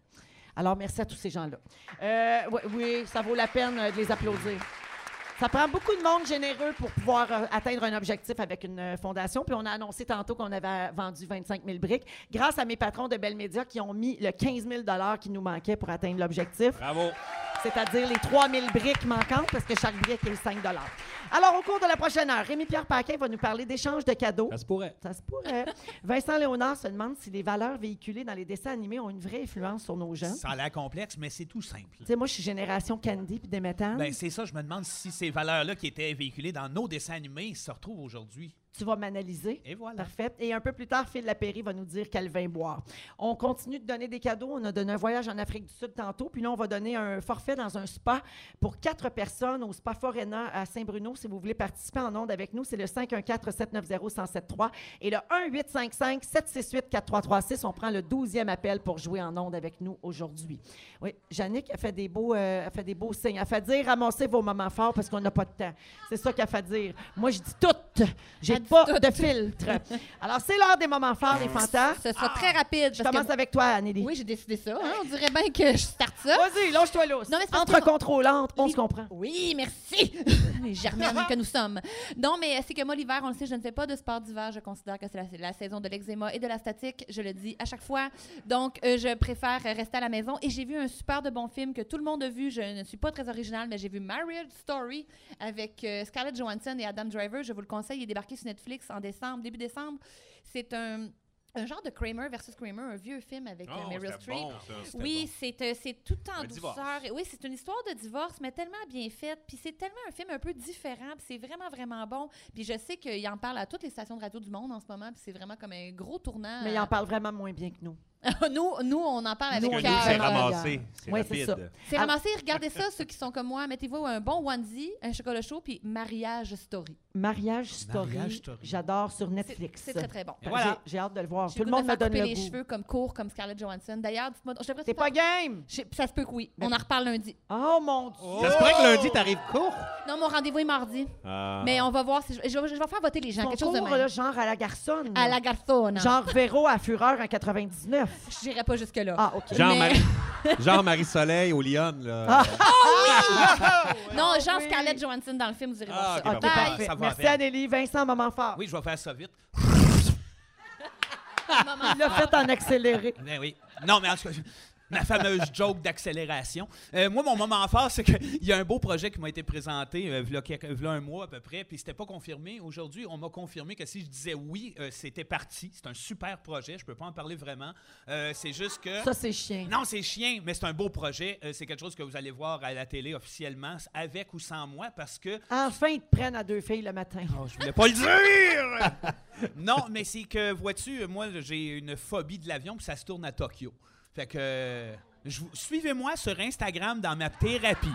Alors, merci à tous ces gens-là. Euh, oui, oui, ça vaut la peine euh, de les applaudir. Ça prend beaucoup de monde généreux pour pouvoir euh, atteindre un objectif avec une euh, fondation. Puis on a annoncé tantôt qu'on avait euh, vendu 25 000 briques grâce à mes patrons de Bell Media qui ont mis le 15 000 qui nous manquait pour atteindre l'objectif
Bravo.
c'est-à-dire les 3000 briques manquantes, parce que chaque brique est 5 Alors, au cours de la prochaine heure, Rémi-Pierre Paquin va nous parler d'échanges de cadeaux.
Ça se pourrait.
Ça se pourrait. Vincent Léonard se demande si les valeurs véhiculées dans les dessins animés ont une vraie influence sur nos jeunes.
Ça a l'air complexe, mais c'est tout simple.
Tu sais, moi, je suis génération Candy puis Déméthane.
Ben, c'est ça, je me demande si ces valeurs-là qui étaient véhiculées dans nos dessins animés se retrouvent aujourd'hui.
tu vas m'analyser.
Et voilà.
Parfait. Et un peu plus tard, Phil Lapéry va nous dire quel vin boire. On continue de donner des cadeaux. On a donné un voyage en Afrique du Sud tantôt. Puis là, on va donner un forfait dans un spa pour quatre personnes au Spa Forena à Saint-Bruno. Si vous voulez participer en ondes avec nous, c'est le 514-790-1073 et le 1-855-768-4336. On prend le 12e appel pour jouer en ondes avec nous aujourd'hui. Oui, Yannick a fait des beaux, euh, a fait des beaux signes. Elle a fait dire ramassez vos moments forts parce qu'on n'a pas de temps. C'est ça qu'elle a fait dire. Moi, je dis tout. J'ai
Elle dit
pas
tout.
de filtre. Alors, c'est l'heure des moments forts, les fantas.
Ce
Ah.
sera très rapide.
Je
Ah, parce que-
commence avec toi, Anneli.
Oui, j'ai décidé ça. hein. On dirait bien que je starte ça.
Vas-y, lâche-toi lousse.
Non, mais c'est parce
Entre
que-
contrôlantes, on
Les-
se comprend.
Oui, Ah. merci. Les germaines que nous sommes. Non, mais euh, c'est que moi, l'hiver, on le sait, je ne fais pas de sport d'hiver. Je considère que c'est la, la saison de l'eczéma et de la statique. Je le dis à chaque fois. Donc, euh, je préfère rester à la maison. Et j'ai vu un super de bon film que tout le monde a vu. Je ne suis pas très originale, mais j'ai vu Marriage Story avec euh, Scarlett Johansson et Adam Driver. Je vous le conseille. Il est débarqué sur Netflix en décembre, début décembre. C'est un, un genre de Kramer versus Kramer, un vieux film avec
Oh,
euh, Meryl Streep. Oui, c'est euh, c'est tout en
Un divorce.
douceur. Et Oui, c'est une histoire de divorce, mais tellement bien faite. Puis c'est tellement un film un peu différent. Puis c'est vraiment, vraiment bon. Puis je sais qu'il en parle à toutes les stations de radio du monde en ce moment. Puis c'est vraiment comme un gros tournant.
Mais il en parle vraiment moins bien que nous.
nous, nous, on en parle avec
Nous, on
Que
est
nous,
cœur.
c'est
vraiment
ramassé.
regarde.
C'est
Ouais, c'est ça.
rapide.
C'est
Ah.
ramassé. Regardez ça, ceux qui sont comme moi. Mettez-vous un bon onesie, un chocolat chaud, puis mariage story.
Mariage Story.
Marriage Story.
J'adore sur
C'est-
Netflix.
C'est très, très bon.
Et voilà.
J'ai j'ai hâte de le voir.
J'ai
Tout le
goût de
monde me
faire
donne
couper
le
les
goût.
cheveux comme court, comme Scarlett Johansson. D'ailleurs, dites-moi, je devrais te
T'es
faire-
pas game?
J'ai- Ça se peut que oui.
Mais-
On en reparle lundi.
Oh mon Dieu!
Ça se pourrait que lundi, t'arrives court.
Non, mon rendez-vous est mardi. Mais on va voir. Si je, je vais- je vais faire voter les gens.
Son
quelque chose de
cours,
même.
là, genre à la garçonne.
À la garçonne.
Genre Véro à Fureur en 99.
Je n'irai pas jusque-là.
Ah, OK.
Jean-Marie Jean-Marie Soleil au Lyon, là.
Ah.
non,
Ah,
genre
oui.
Scarlett Johansson dans le film, vous irez
Ah,
voir ça.
ok,
OK,
Bye.
parfait.
Ça va
Merci,
bien.
Anneli. Vincent, moment fort.
Oui, je vais faire ça vite.
Maman.
Il l'a fait en accéléré.
Ben oui. Non, mais en tout cas, ma fameuse joke d'accélération. Euh, moi, mon moment fort, c'est qu'il y a un beau projet qui m'a été présenté euh, v'là quelques- v'là un mois à peu près, puis c'était pas confirmé. Aujourd'hui, on m'a confirmé que si je disais oui, euh, c'était parti. C'est un super projet, je peux pas en parler vraiment. Euh, c'est juste que...
Ça, c'est chien.
Non, c'est chien, mais c'est un beau projet. Euh, c'est quelque chose que vous allez voir à la télé officiellement, avec ou sans moi, parce que
Ah,
Enfin, ils te prennent à deux filles le matin.
Oh, je voulais pas le dire! Non, mais c'est que, vois-tu, moi, j'ai une phobie de l'avion, puis ça se tourne à Tokyo. Fait que. euh, je vous- Suivez-moi sur Instagram dans ma thérapie.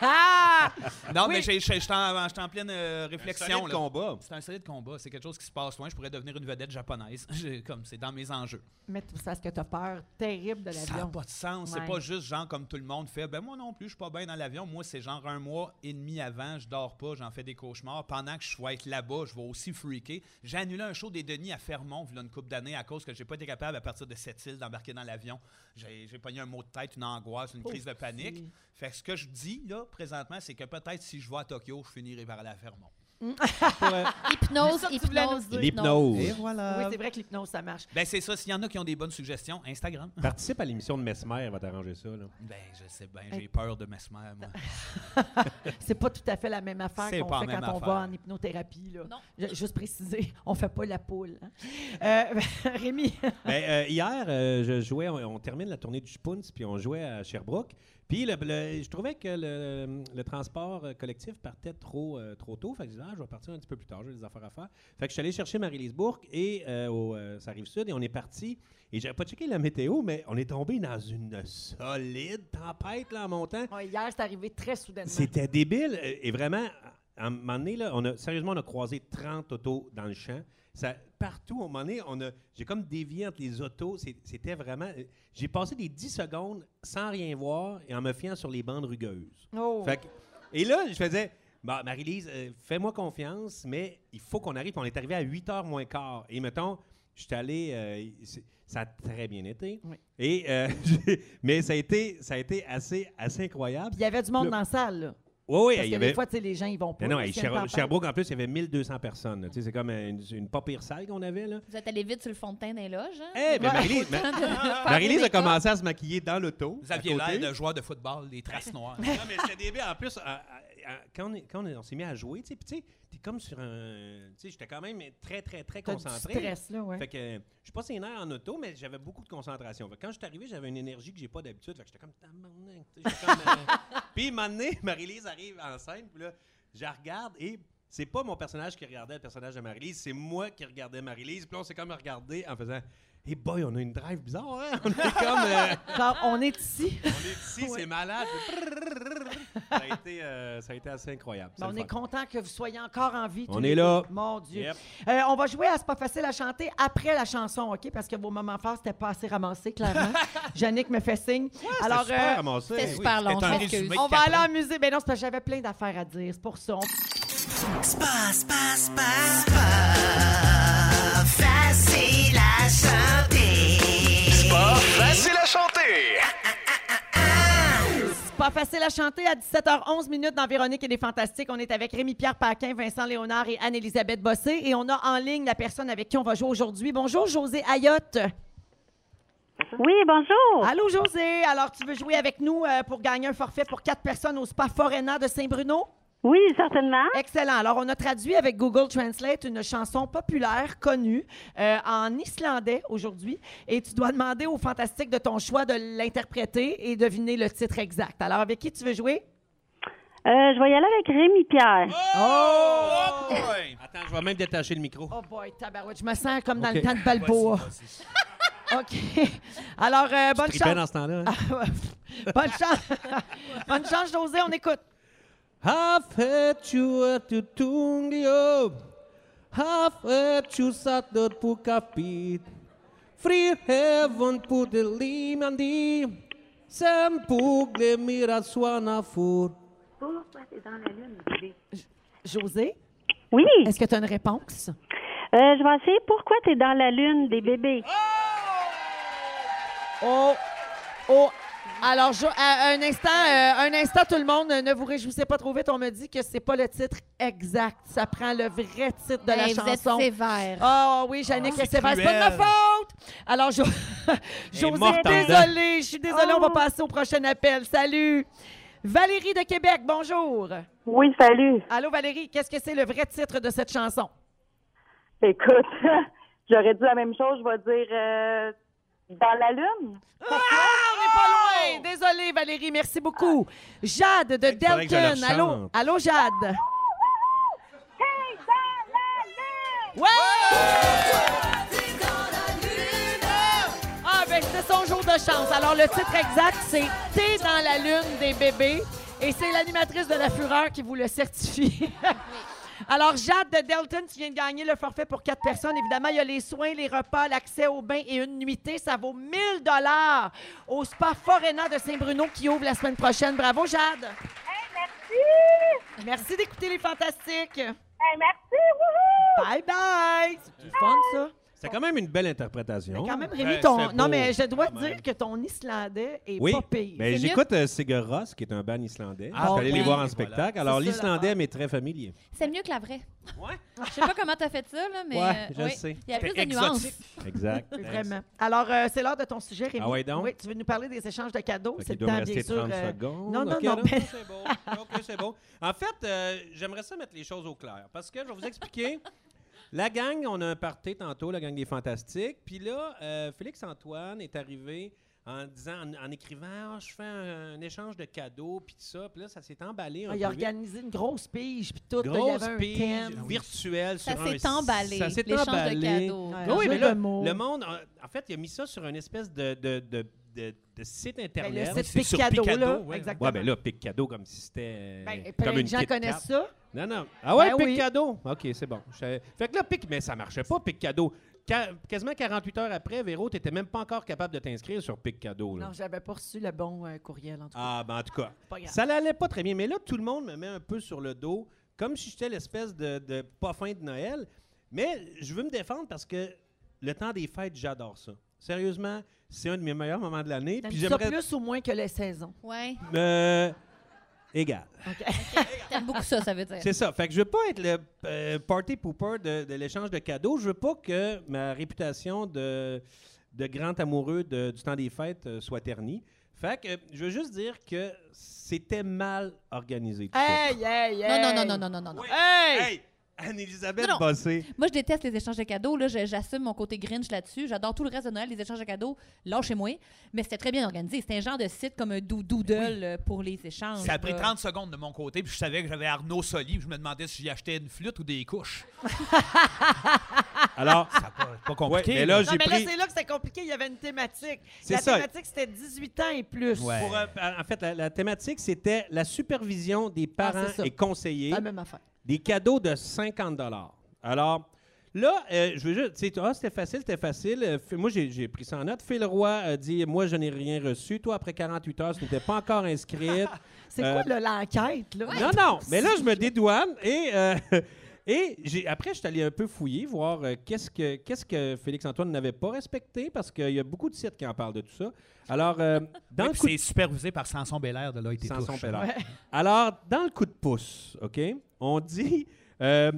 Ah!
Non,
Oui.
mais j'ai- j'ai- je suis en, je suis en pleine euh,
Un
réflexion.
solide
là.
combat.
C'est un solide combat. C'est quelque chose qui se passe loin. Je pourrais devenir une vedette japonaise. J'ai- Comme c'est dans mes enjeux.
Mais tout ça, parce que t'as peur terrible de
Ça n'a
l'avion.
pas de sens.
Ouais.
C'est pas juste genre comme tout le monde fait. Ben moi non plus, je suis pas bien dans l'avion. Moi, c'est genre un mois et demi avant, je dors pas, j'en fais des cauchemars. Pendant que je vais être là-bas, je vais aussi freaker. J'ai annulé un show des Denis à Fermont il y a une couple d'années à cause que j'ai pas été capable à partir de cette île d'embarquer dans l'avion. J'ai j'ai pogné un mot de tête, une angoisse, une crise de panique. Fait que ce que je dis là présentement, c'est que peut-être si je vais à Tokyo, je finirai par aller à Fermont.
Hypnose,
Ça, tu voulais
hypnose,
nous dire.
hypnose.
Eh
Oui,
voilà.
c'est vrai que l'hypnose, ça marche.
Ben c'est ça. S'il y en a qui ont des bonnes suggestions, Instagram.
Participe à l'émission de Mesmer, elle va t'arranger ça. Là.
Ben je sais bien, j'ai peur de mesmer. Moi.
C'est pas tout à fait la même affaire
C'est
qu'on
pas
fait quand
la même
on va
affaire.
en hypnothérapie. Là.
Non.
Ju- Juste préciser, on fait pas la poule. hein. Euh, Rémi,
Ben, euh, hier, euh, je jouais, on, on termine la tournée du Spoons, puis on jouait à Sherbrooke. Puis le- le- je trouvais que le, le transport euh, collectif partait trop, euh, trop tôt. Fait que je disais, ah, je vais partir un petit peu plus tard, j'ai des affaires à faire. Fait que je suis allé chercher Marie-Lise Bourque et euh, au, euh, ça arrive sud et on est parti. Et j'avais pas checké la météo, mais on est tombé dans une solide tempête là, en montant.
Ouais, hier, c'est arrivé très soudainement.
C'était débile. euh, Et vraiment, à un moment donné, là, on a, sérieusement, on a croisé 30 autos dans le champ. Ça, partout, à un moment donné, on a- j'ai comme dévié entre les autos. C'est- C'était vraiment. euh, J'ai passé des 10 secondes sans rien voir et en me fiant sur les bandes rugueuses.
Oh.
Fait que- et là, je faisais. Bah, Marie-Lise, euh, fais-moi confiance, mais il faut qu'on arrive. Puis On est arrivé à 8 h moins quart. Et mettons, je suis allé. euh, c'est- ça a très bien été.
Oui.
Et, euh, j'ai- mais ça a été, ça a été assez, assez incroyable.
Puis il y avait du monde
Le-
dans la salle. Là,
Oui, oui,
parce
il
que
y avait.
des fois, tu sais, les gens, ils vont pas.
Mais non,
là,
hey,
s'il y a une
Sher-
tempête.
Sherbrooke, en plus, il y avait 1200 personnes. là. Tu sais, C'est comme une, une pas pire salle qu'on avait. là.
Vous êtes allé vite sur le fond de teint des loges, hein?
Eh, ben, Marie-Lise Ma-
Ah,
Marie-Lise a commencé à se maquiller dans l'auto.
Vous
à
aviez
côté.
l'air de joueur de football, des traces noires.
Non, mais c'était débile. En plus, à- à- à- quand on, est- quand on est- on s'est mis à jouer, tu sais, puis tu sais, t'es comme sur un. Tu sais, j'étais quand même très, très, très
T'as
concentré.
du stress, là, ouais.
Fait que euh, je suis passé une heure en auto, mais j'avais beaucoup de concentration. Fait que quand je suis arrivé, j'avais une énergie que j'ai pas d'habitude. Fait que j'étais comme Tabarnak, tu sais, j'étais comme, euh, Puis un moment donné, Marie-Lise arrive en scène, puis là, je la regarde et c'est pas mon personnage qui regardait le personnage de Marie-Lise, c'est moi qui regardais Marie-Lise. Puis là, on s'est comme regardé en faisant Hey boy, on a une drive bizarre, hein? On est comme. euh,
Genre, on est ici.
on est ici, c'est malade. ça, a été, euh, ça a été assez incroyable.
Ben,
C'est
on
le
est
fun.
content que vous soyez encore en vie. tous
On
les
est là.
deux. Mon Dieu.
Yep.
Euh, on va jouer à C'est pas facile à chanter après la chanson, OK? Parce que vos moments forts, c'était pas assez ramassé, clairement. Jannick me fait signe.
C'était
Alors,
super
euh,
ramassé.
c'était super long,
c'était un
je m'excuse.
résumé.
on va
Capron.
aller en musée. Ben non, c'est parce que j'avais plein d'affaires à dire. C'est pour ça. On-
Spa, spa, spa, spa. Facile à chanter.
Pas facile à chanter.
C'est pas facile à chanter à 17h11 minutes dans Véronique et les Fantastiques. On est avec Rémi-Pierre Paquin, Vincent Léonard et Anne-Élisabeth Bossé. Et on a en ligne la personne avec qui on va jouer aujourd'hui. Bonjour, José Ayotte.
Oui, bonjour.
Allô, José. Alors, tu veux jouer avec nous euh, pour gagner un forfait pour quatre personnes au Spa Forena de Saint-Bruno?
Oui, certainement.
Excellent. Alors, on a traduit avec Google Translate une chanson populaire connue euh, en islandais aujourd'hui. Et tu dois demander aux fantastiques de ton choix de l'interpréter et deviner le titre exact. Alors, avec qui tu veux jouer?
Euh, je vais y aller avec Rémi Pierre.
Oh! boy!
Attends, je vais même détacher le micro.
Oh boy, tabarouette. Je me sens comme dans
OK.
le temps de Balboa. OK. Alors, euh, bonne
Tripais
chance.
dans ce temps-là. hein?
bonne chance. bonne chance, José. On écoute.
Hafetua tutungio, hafetu sator pukapit, free heaven put the limandi, sempug de miraswana fur.
José,
Oui.
est-ce que tu as une réponse?
Euh, je vais essayer Pourquoi t'es dans la lune des bébés?
Oh, oh. Alors, Jo- à- un instant, euh, un instant, tout le monde, ne vous réjouissez pas trop vite. On me dit que c'est pas le titre exact. Ça prend le vrai titre ah, de la
Hey,
chanson.
Eh, Vous êtes sévère.
Ah oui, Jannick, c'est pas de ma
cruel.
faute. Alors, Jo- José,
morte en
désolée, je suis désolée, on va
Oh.
passer au prochain appel. Salut. Valérie de Québec, bonjour.
Oui, salut.
Allô Valérie, qu'est-ce que c'est le vrai titre de cette chanson?
Écoute, j'aurais dit la même chose. Je vais dire euh, dans la lune.
On n'est pas loin. Désolée Valérie, merci beaucoup. Jade de
Il faudrait que je
Delton,
leur
allô,
chante.
allô Jade.
Hey, dans la lune!
Ouais! Ah, ben c'est son jour de chance. Alors, le titre exact, c'est T'es dans la lune des bébés. Et c'est l'animatrice de La Fureur qui vous le certifie. Alors, Jade de Delton, tu viens de gagner le forfait pour quatre personnes. Évidemment, il y a les soins, les repas, l'accès aux bains et une nuitée. Ça vaut 1000 dollars au Spa Forena de Saint-Bruno qui ouvre la semaine prochaine. Bravo, Jade. merci. Merci d'écouter les fantastiques.
Hey, merci, wouhou!
Bye bye. C'est du fun, ça.
C'est quand même une belle interprétation.
Quand même,
Ben,
Rémi, ton...
Oh, c'est
non,
beau,
mais je dois
quand même.
dire que ton Islandais est
Oui,
pas pire.
mais
C'est
j'écoute euh, Sigur Rós, qui est un band islandais.
Ah,
je suis allé
oui,
les voir en
voilà.
spectacle.
C'est
Alors,
ça,
l'islandais
l'affaire.
m'est très familier.
C'est mieux que la vraie. Je sais pas comment t'as fait ça, là, mais.
Ouais,
euh,
je
oui.
sais.
Il y a plus de
C'était
nuances.
exotique.
Exact.
Vraiment. Alors, euh, c'est l'heure de ton sujet, Rémi.
Ah ouais, donc?
Oui, tu veux nous parler des échanges de cadeaux.
Fait
C'est
qu'il
le
doit me
temps,
rester
bien sûr.
30
euh,
secondes.
non, non,
OK,
non,
alors,
mais-
ça, c'est bon. OK, c'est bon. En fait, euh, j'aimerais ça mettre les choses au clair parce que je vais vous expliquer. La gang, on a un party tantôt, la gang des Fantastiques. Puis là, euh, Félix-Antoine est arrivé en disant, en, en écrivant, Ah, je fais un, un échange de cadeaux, puis tout ça. Puis là, ça s'est emballé un
Ah, il
peu
a
vite.
organisé une grosse pige, puis tout. là, il y
Grosse
avait un
pige
thème. Ah
virtuelle
Ça
sur un
s'est emballé.
Ça s'est
L'échange de
emballé.
cadeaux.
Ouais.
Ah oui,
Jeu
mais
de
là,
mots.
le monde, a- en fait, il a mis ça sur une espèce de, de, de- de- de site
Ben,
Internet.
c'est
le site
sur
Pic Cadeau,
Pic
là.
Cadeau, ouais.
Exactement.
Ouais, ben là, pic cadeau comme si c'était euh,
Ben, plein
comme une
de gens
Kit Kat.
connaissent ça.
Non non. Ah ouais,
Ben
pic
oui.
cadeau. OK, c'est bon. Je savais- Fait que là pic mais ça marchait pas pic cadeau. Ca- Quasiment 48 heures après, Véro, t'étais même pas encore capable de t'inscrire sur pic cadeau là.
Non, j'avais pas reçu le bon euh, courriel, en tout cas.
Ah ben en tout cas,
Pas grave.
ça l'allait pas très bien, mais là tout le monde me met un peu sur le dos comme si j'étais l'espèce de, de pas fin de Noël, mais je veux me défendre parce que le temps des fêtes, j'adore ça. Sérieusement, c'est un de mes meilleurs moments de l'année, Ah, puis
T'aimes ça
j'aimerais
plus ou moins que les saisons.
Ouais.
Euh, égal.
T'aimes beaucoup ça, ça veut dire.
C'est ça. Fait que je veux pas être le euh, party pooper de, de l'échange de cadeaux. Je veux pas que ma réputation de, de grand amoureux de- du temps des fêtes euh, soit ternie. Fait que euh, je veux juste dire que c'était mal organisé. tout ça.
Hey, hey, hey.
Non, non, non, non, non, non, non. non.
Oui.
Hey!
Hey! Anne-Elisabeth
Non, non.
Bossé.
Moi, je déteste les échanges de cadeaux. Là, Je- j'assume mon côté Grinch là-dessus. J'adore tout le reste de Noël, les échanges de cadeaux. Lâchez-moi. Mais c'était très bien organisé. C'était un genre de site comme un doodle euh, pour les échanges.
Ça a pris
là.
30 secondes de mon côté, puis je savais que j'avais Arnaud Soli, puis je me demandais si j'y achetais une flûte ou des couches.
Alors,
Ça a pas, pas compliqué.
Ouais, mais là,
là.
j'ai-
Non, mais
pris-
là, c'est là que c'était compliqué. Il y avait une thématique.
C'est
La
ça.
thématique, c'était 18 ans et plus.
Ouais.
pour, euh, en fait, la, la thématique, c'était la supervision des parents
Ah, c'est ça.
et conseillers.
La même affaire.
des cadeaux de 50 Alors, là, euh, je veux juste, tu sais, ah, c'était facile, c'était facile. Euh, f- moi, j'ai j'ai pris ça en note. Phil Roy a dit, moi, je n'ai rien reçu. Toi, après 48 heures, tu n'étais pas encore inscrite.
C'est
Euh,
quoi, là, l'enquête, là?
Non, non, mais là, je me dédouane et. euh, Et j'ai- après, je suis allé un peu fouiller, voir euh, qu'est-ce que, qu'est-ce que Félix-Antoine n'avait pas respecté, parce qu'il y a beaucoup de sites qui en parlent de tout ça. Alors, euh, dans
Oui,
le
puis
coup de
c'est supervisé par Samson Belair de Lloyd et
sans son
Touche.
pédale. Alors, dans le coup de pouce, OK, on dit euh,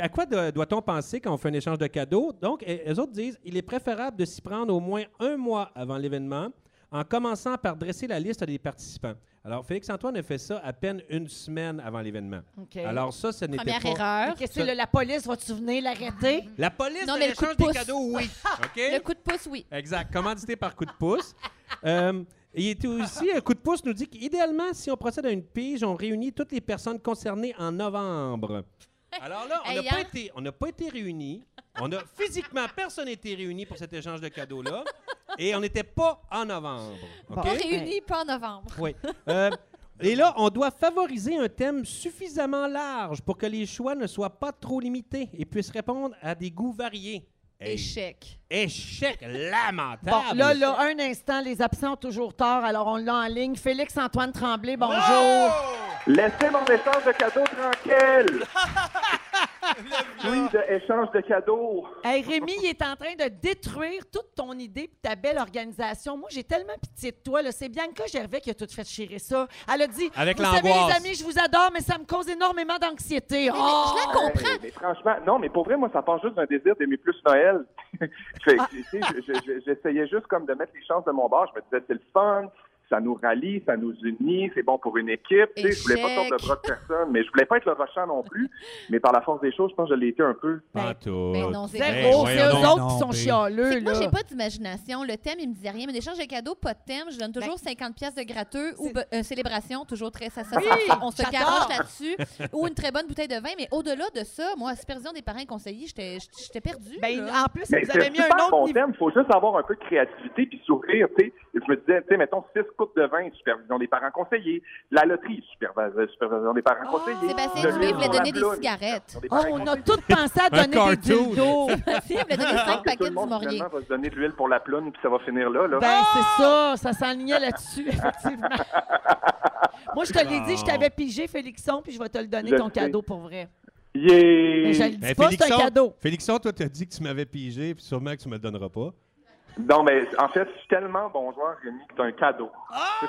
à quoi do- doit-on penser quand on fait un échange de cadeaux? Donc, les autres disent il est préférable de s'y prendre au moins un mois avant l'événement en commençant par dresser la liste des participants. Alors, Félix-Antoine a fait ça à peine une semaine avant l'événement.
OK.
Alors, ça, ce n'était
Première
pas.
erreur.
Qu'est-ce que c'est, là, la police va-tu venir l'arrêter?
La police
Non,
de
mais le coup de
l'échange des
pouce.
cadeaux, oui. OK?
Le coup de pouce, oui.
Exact. Commandité par coup de pouce. Euh, il était aussi, un coup de pouce nous dit qu'idéalement, si on procède à une pige, on réunit toutes les personnes concernées en novembre. Alors là, on n'a
Hey,
pas,
hein?
été- on n'a pas été réunis. On a physiquement, personne n'a été réuni pour cet échange de cadeaux-là. Et on n'était pas en novembre. OK?
Pas réunis, pas en novembre.
Oui. Euh, et là, on doit favoriser un thème suffisamment large pour que les choix ne soient pas trop limités et puissent répondre à des goûts variés. Hey,
Échec.
échec lamentable.
Bon, là, là, un instant, les absents ont toujours tort, alors on l'a en ligne. Félix-Antoine Tremblay, bonjour.
Oh!
Laissez mon échange de cadeaux tranquille. oui, de échange de cadeaux.
Hey, Rémi, il est en train de détruire toute ton idée et ta belle organisation. Moi, j'ai tellement pitié de toi. là. C'est Bianca Gervais qui a tout fait chier ça. Elle a dit
Avec
Vous savez, les
l'angoisse.
amis, je vous adore, mais ça me cause énormément d'anxiété. Oh!
Je la comprends.
Hey, mais franchement, non, mais pour vrai, moi, ça part juste d'un désir d'aimer plus Noël. Fait que, tu sais, je- je- je- J'essayais juste comme de mettre les chances de mon bord. Je me disais, c'est le fun, ça nous rallie, ça nous unit, c'est bon pour une équipe. Tu sais, je voulais pas
Échec.
sortir de bras de personne, mais je voulais pas être le rochant non plus. mais par la force des choses, je pense que je l'ai été un peu.
Pas tout.
Ben non, c'est
Ben,
Zéro, c'est
voyons
eux
donc.
autres
Non,
qui sont
ben.
chialeux,
C'est que moi,
là.
j'ai pas d'imagination. Le thème, il me disait rien. Mais des charges de cadeaux, pas de thème. Je donne toujours
Ben,
50 pièces de gratteux ou be- euh, célébration, toujours très ça, ça- ça- ça- On se
j'adore.
caroche là-dessus. ou une très bonne bouteille de vin. Mais au-delà de ça, moi, à supervision des parents et conseillers, j'étais j'étais- j'étais perdue.
Ben,
là.
en plus,
Mais
vous
c'est
avez mis un
super
autre
bon
niveau.
thème. Il faut juste avoir un peu de créativité puis sourire. tu sais. Et je me disais, tu sais, mettons, six coupes de vin, supervision des parents conseillers. La loterie, superva- euh, supervision des parents conseillers.
Oh, Sébastien
Le
Dubé
livre
voulait
sur la
donner des
blonde,
cigarettes.
supervision
Oh,
des parents
on a
conseillers.
tous pensé à
Un
donner des
cartoon.
dildos.
Sébastien voulait donner 5
Tout
paquets
le
du
monde
Maurier.
finalement, va se donner de l'huile pour la plume puis ça va finir là. là.
Ben, c'est ça, ça s'enlignait là-dessus, effectivement. Moi, je te l'ai dit, je t'avais pigé, Félixon, puis je vais te le donner
Je
ton
sais.
cadeau pour vrai. Mais je le
Yeah!
dis
Ben,
pas, c'est un cadeau.
Félixon, toi, t'as dit que tu m'avais pigé, puis sûrement que tu me le donneras pas.
Non, mais en fait, je suis tellement bon joueur, Rémi, que c'est un cadeau.
Ah,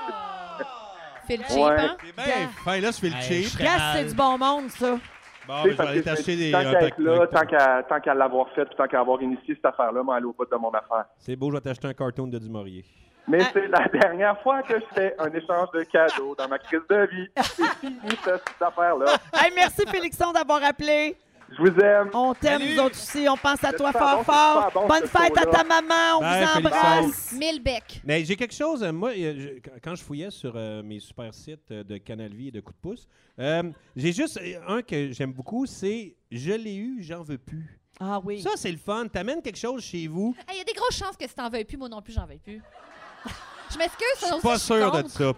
Fait le
Ouais.
cheap, hein?
C'est bien Ben, fin, là, je fais le
Hey, je
cheap.
serais
Yes,
mal.
c'est du bon monde, ça.
Bon,
Tu
ben, je
sais,
vais
parce
aller
que
t'acheter des...
Tant
un
qu'à
pack-
être là, tant
pack-
qu'à, tant qu'à l'avoir fait, puis tant qu'à avoir initié cette affaire-là, m'en aller au bout de mon affaire.
C'est beau, je vais t'acheter un cartoon de Dumorier.
Mais c'est la dernière fois que je fais un échange de cadeaux dans ma crise de vie. C'est fini, cette, cette affaire-là.
Hey, merci, Félixon, d'avoir appelé.
Je vous aime.
On t'aime, nous autres aussi. On pense à toi fort,
pas bon, c'est
fort.
pas bon,
Bonne
ce
fête à
show-là.
ta maman. On
Bye,
vous embrasse.
Mille becs.
Mais j'ai quelque chose, euh, moi, euh, je- quand- quand je fouillais sur euh, mes super sites euh, de Canal Vie et de Coup de Pouce, euh, j'ai juste euh, un que j'aime beaucoup, c'est « Je l'ai eu, j'en veux plus
Ah ». oui.
Ça, c'est le fun. T'amènes quelque chose chez vous.
Il y a des grosses chances que si t'en veuilles plus, moi non plus, j'en veuille plus. Je m'excuse,
Je
sinon,
suis pas
si
sûr de
contre.
ça.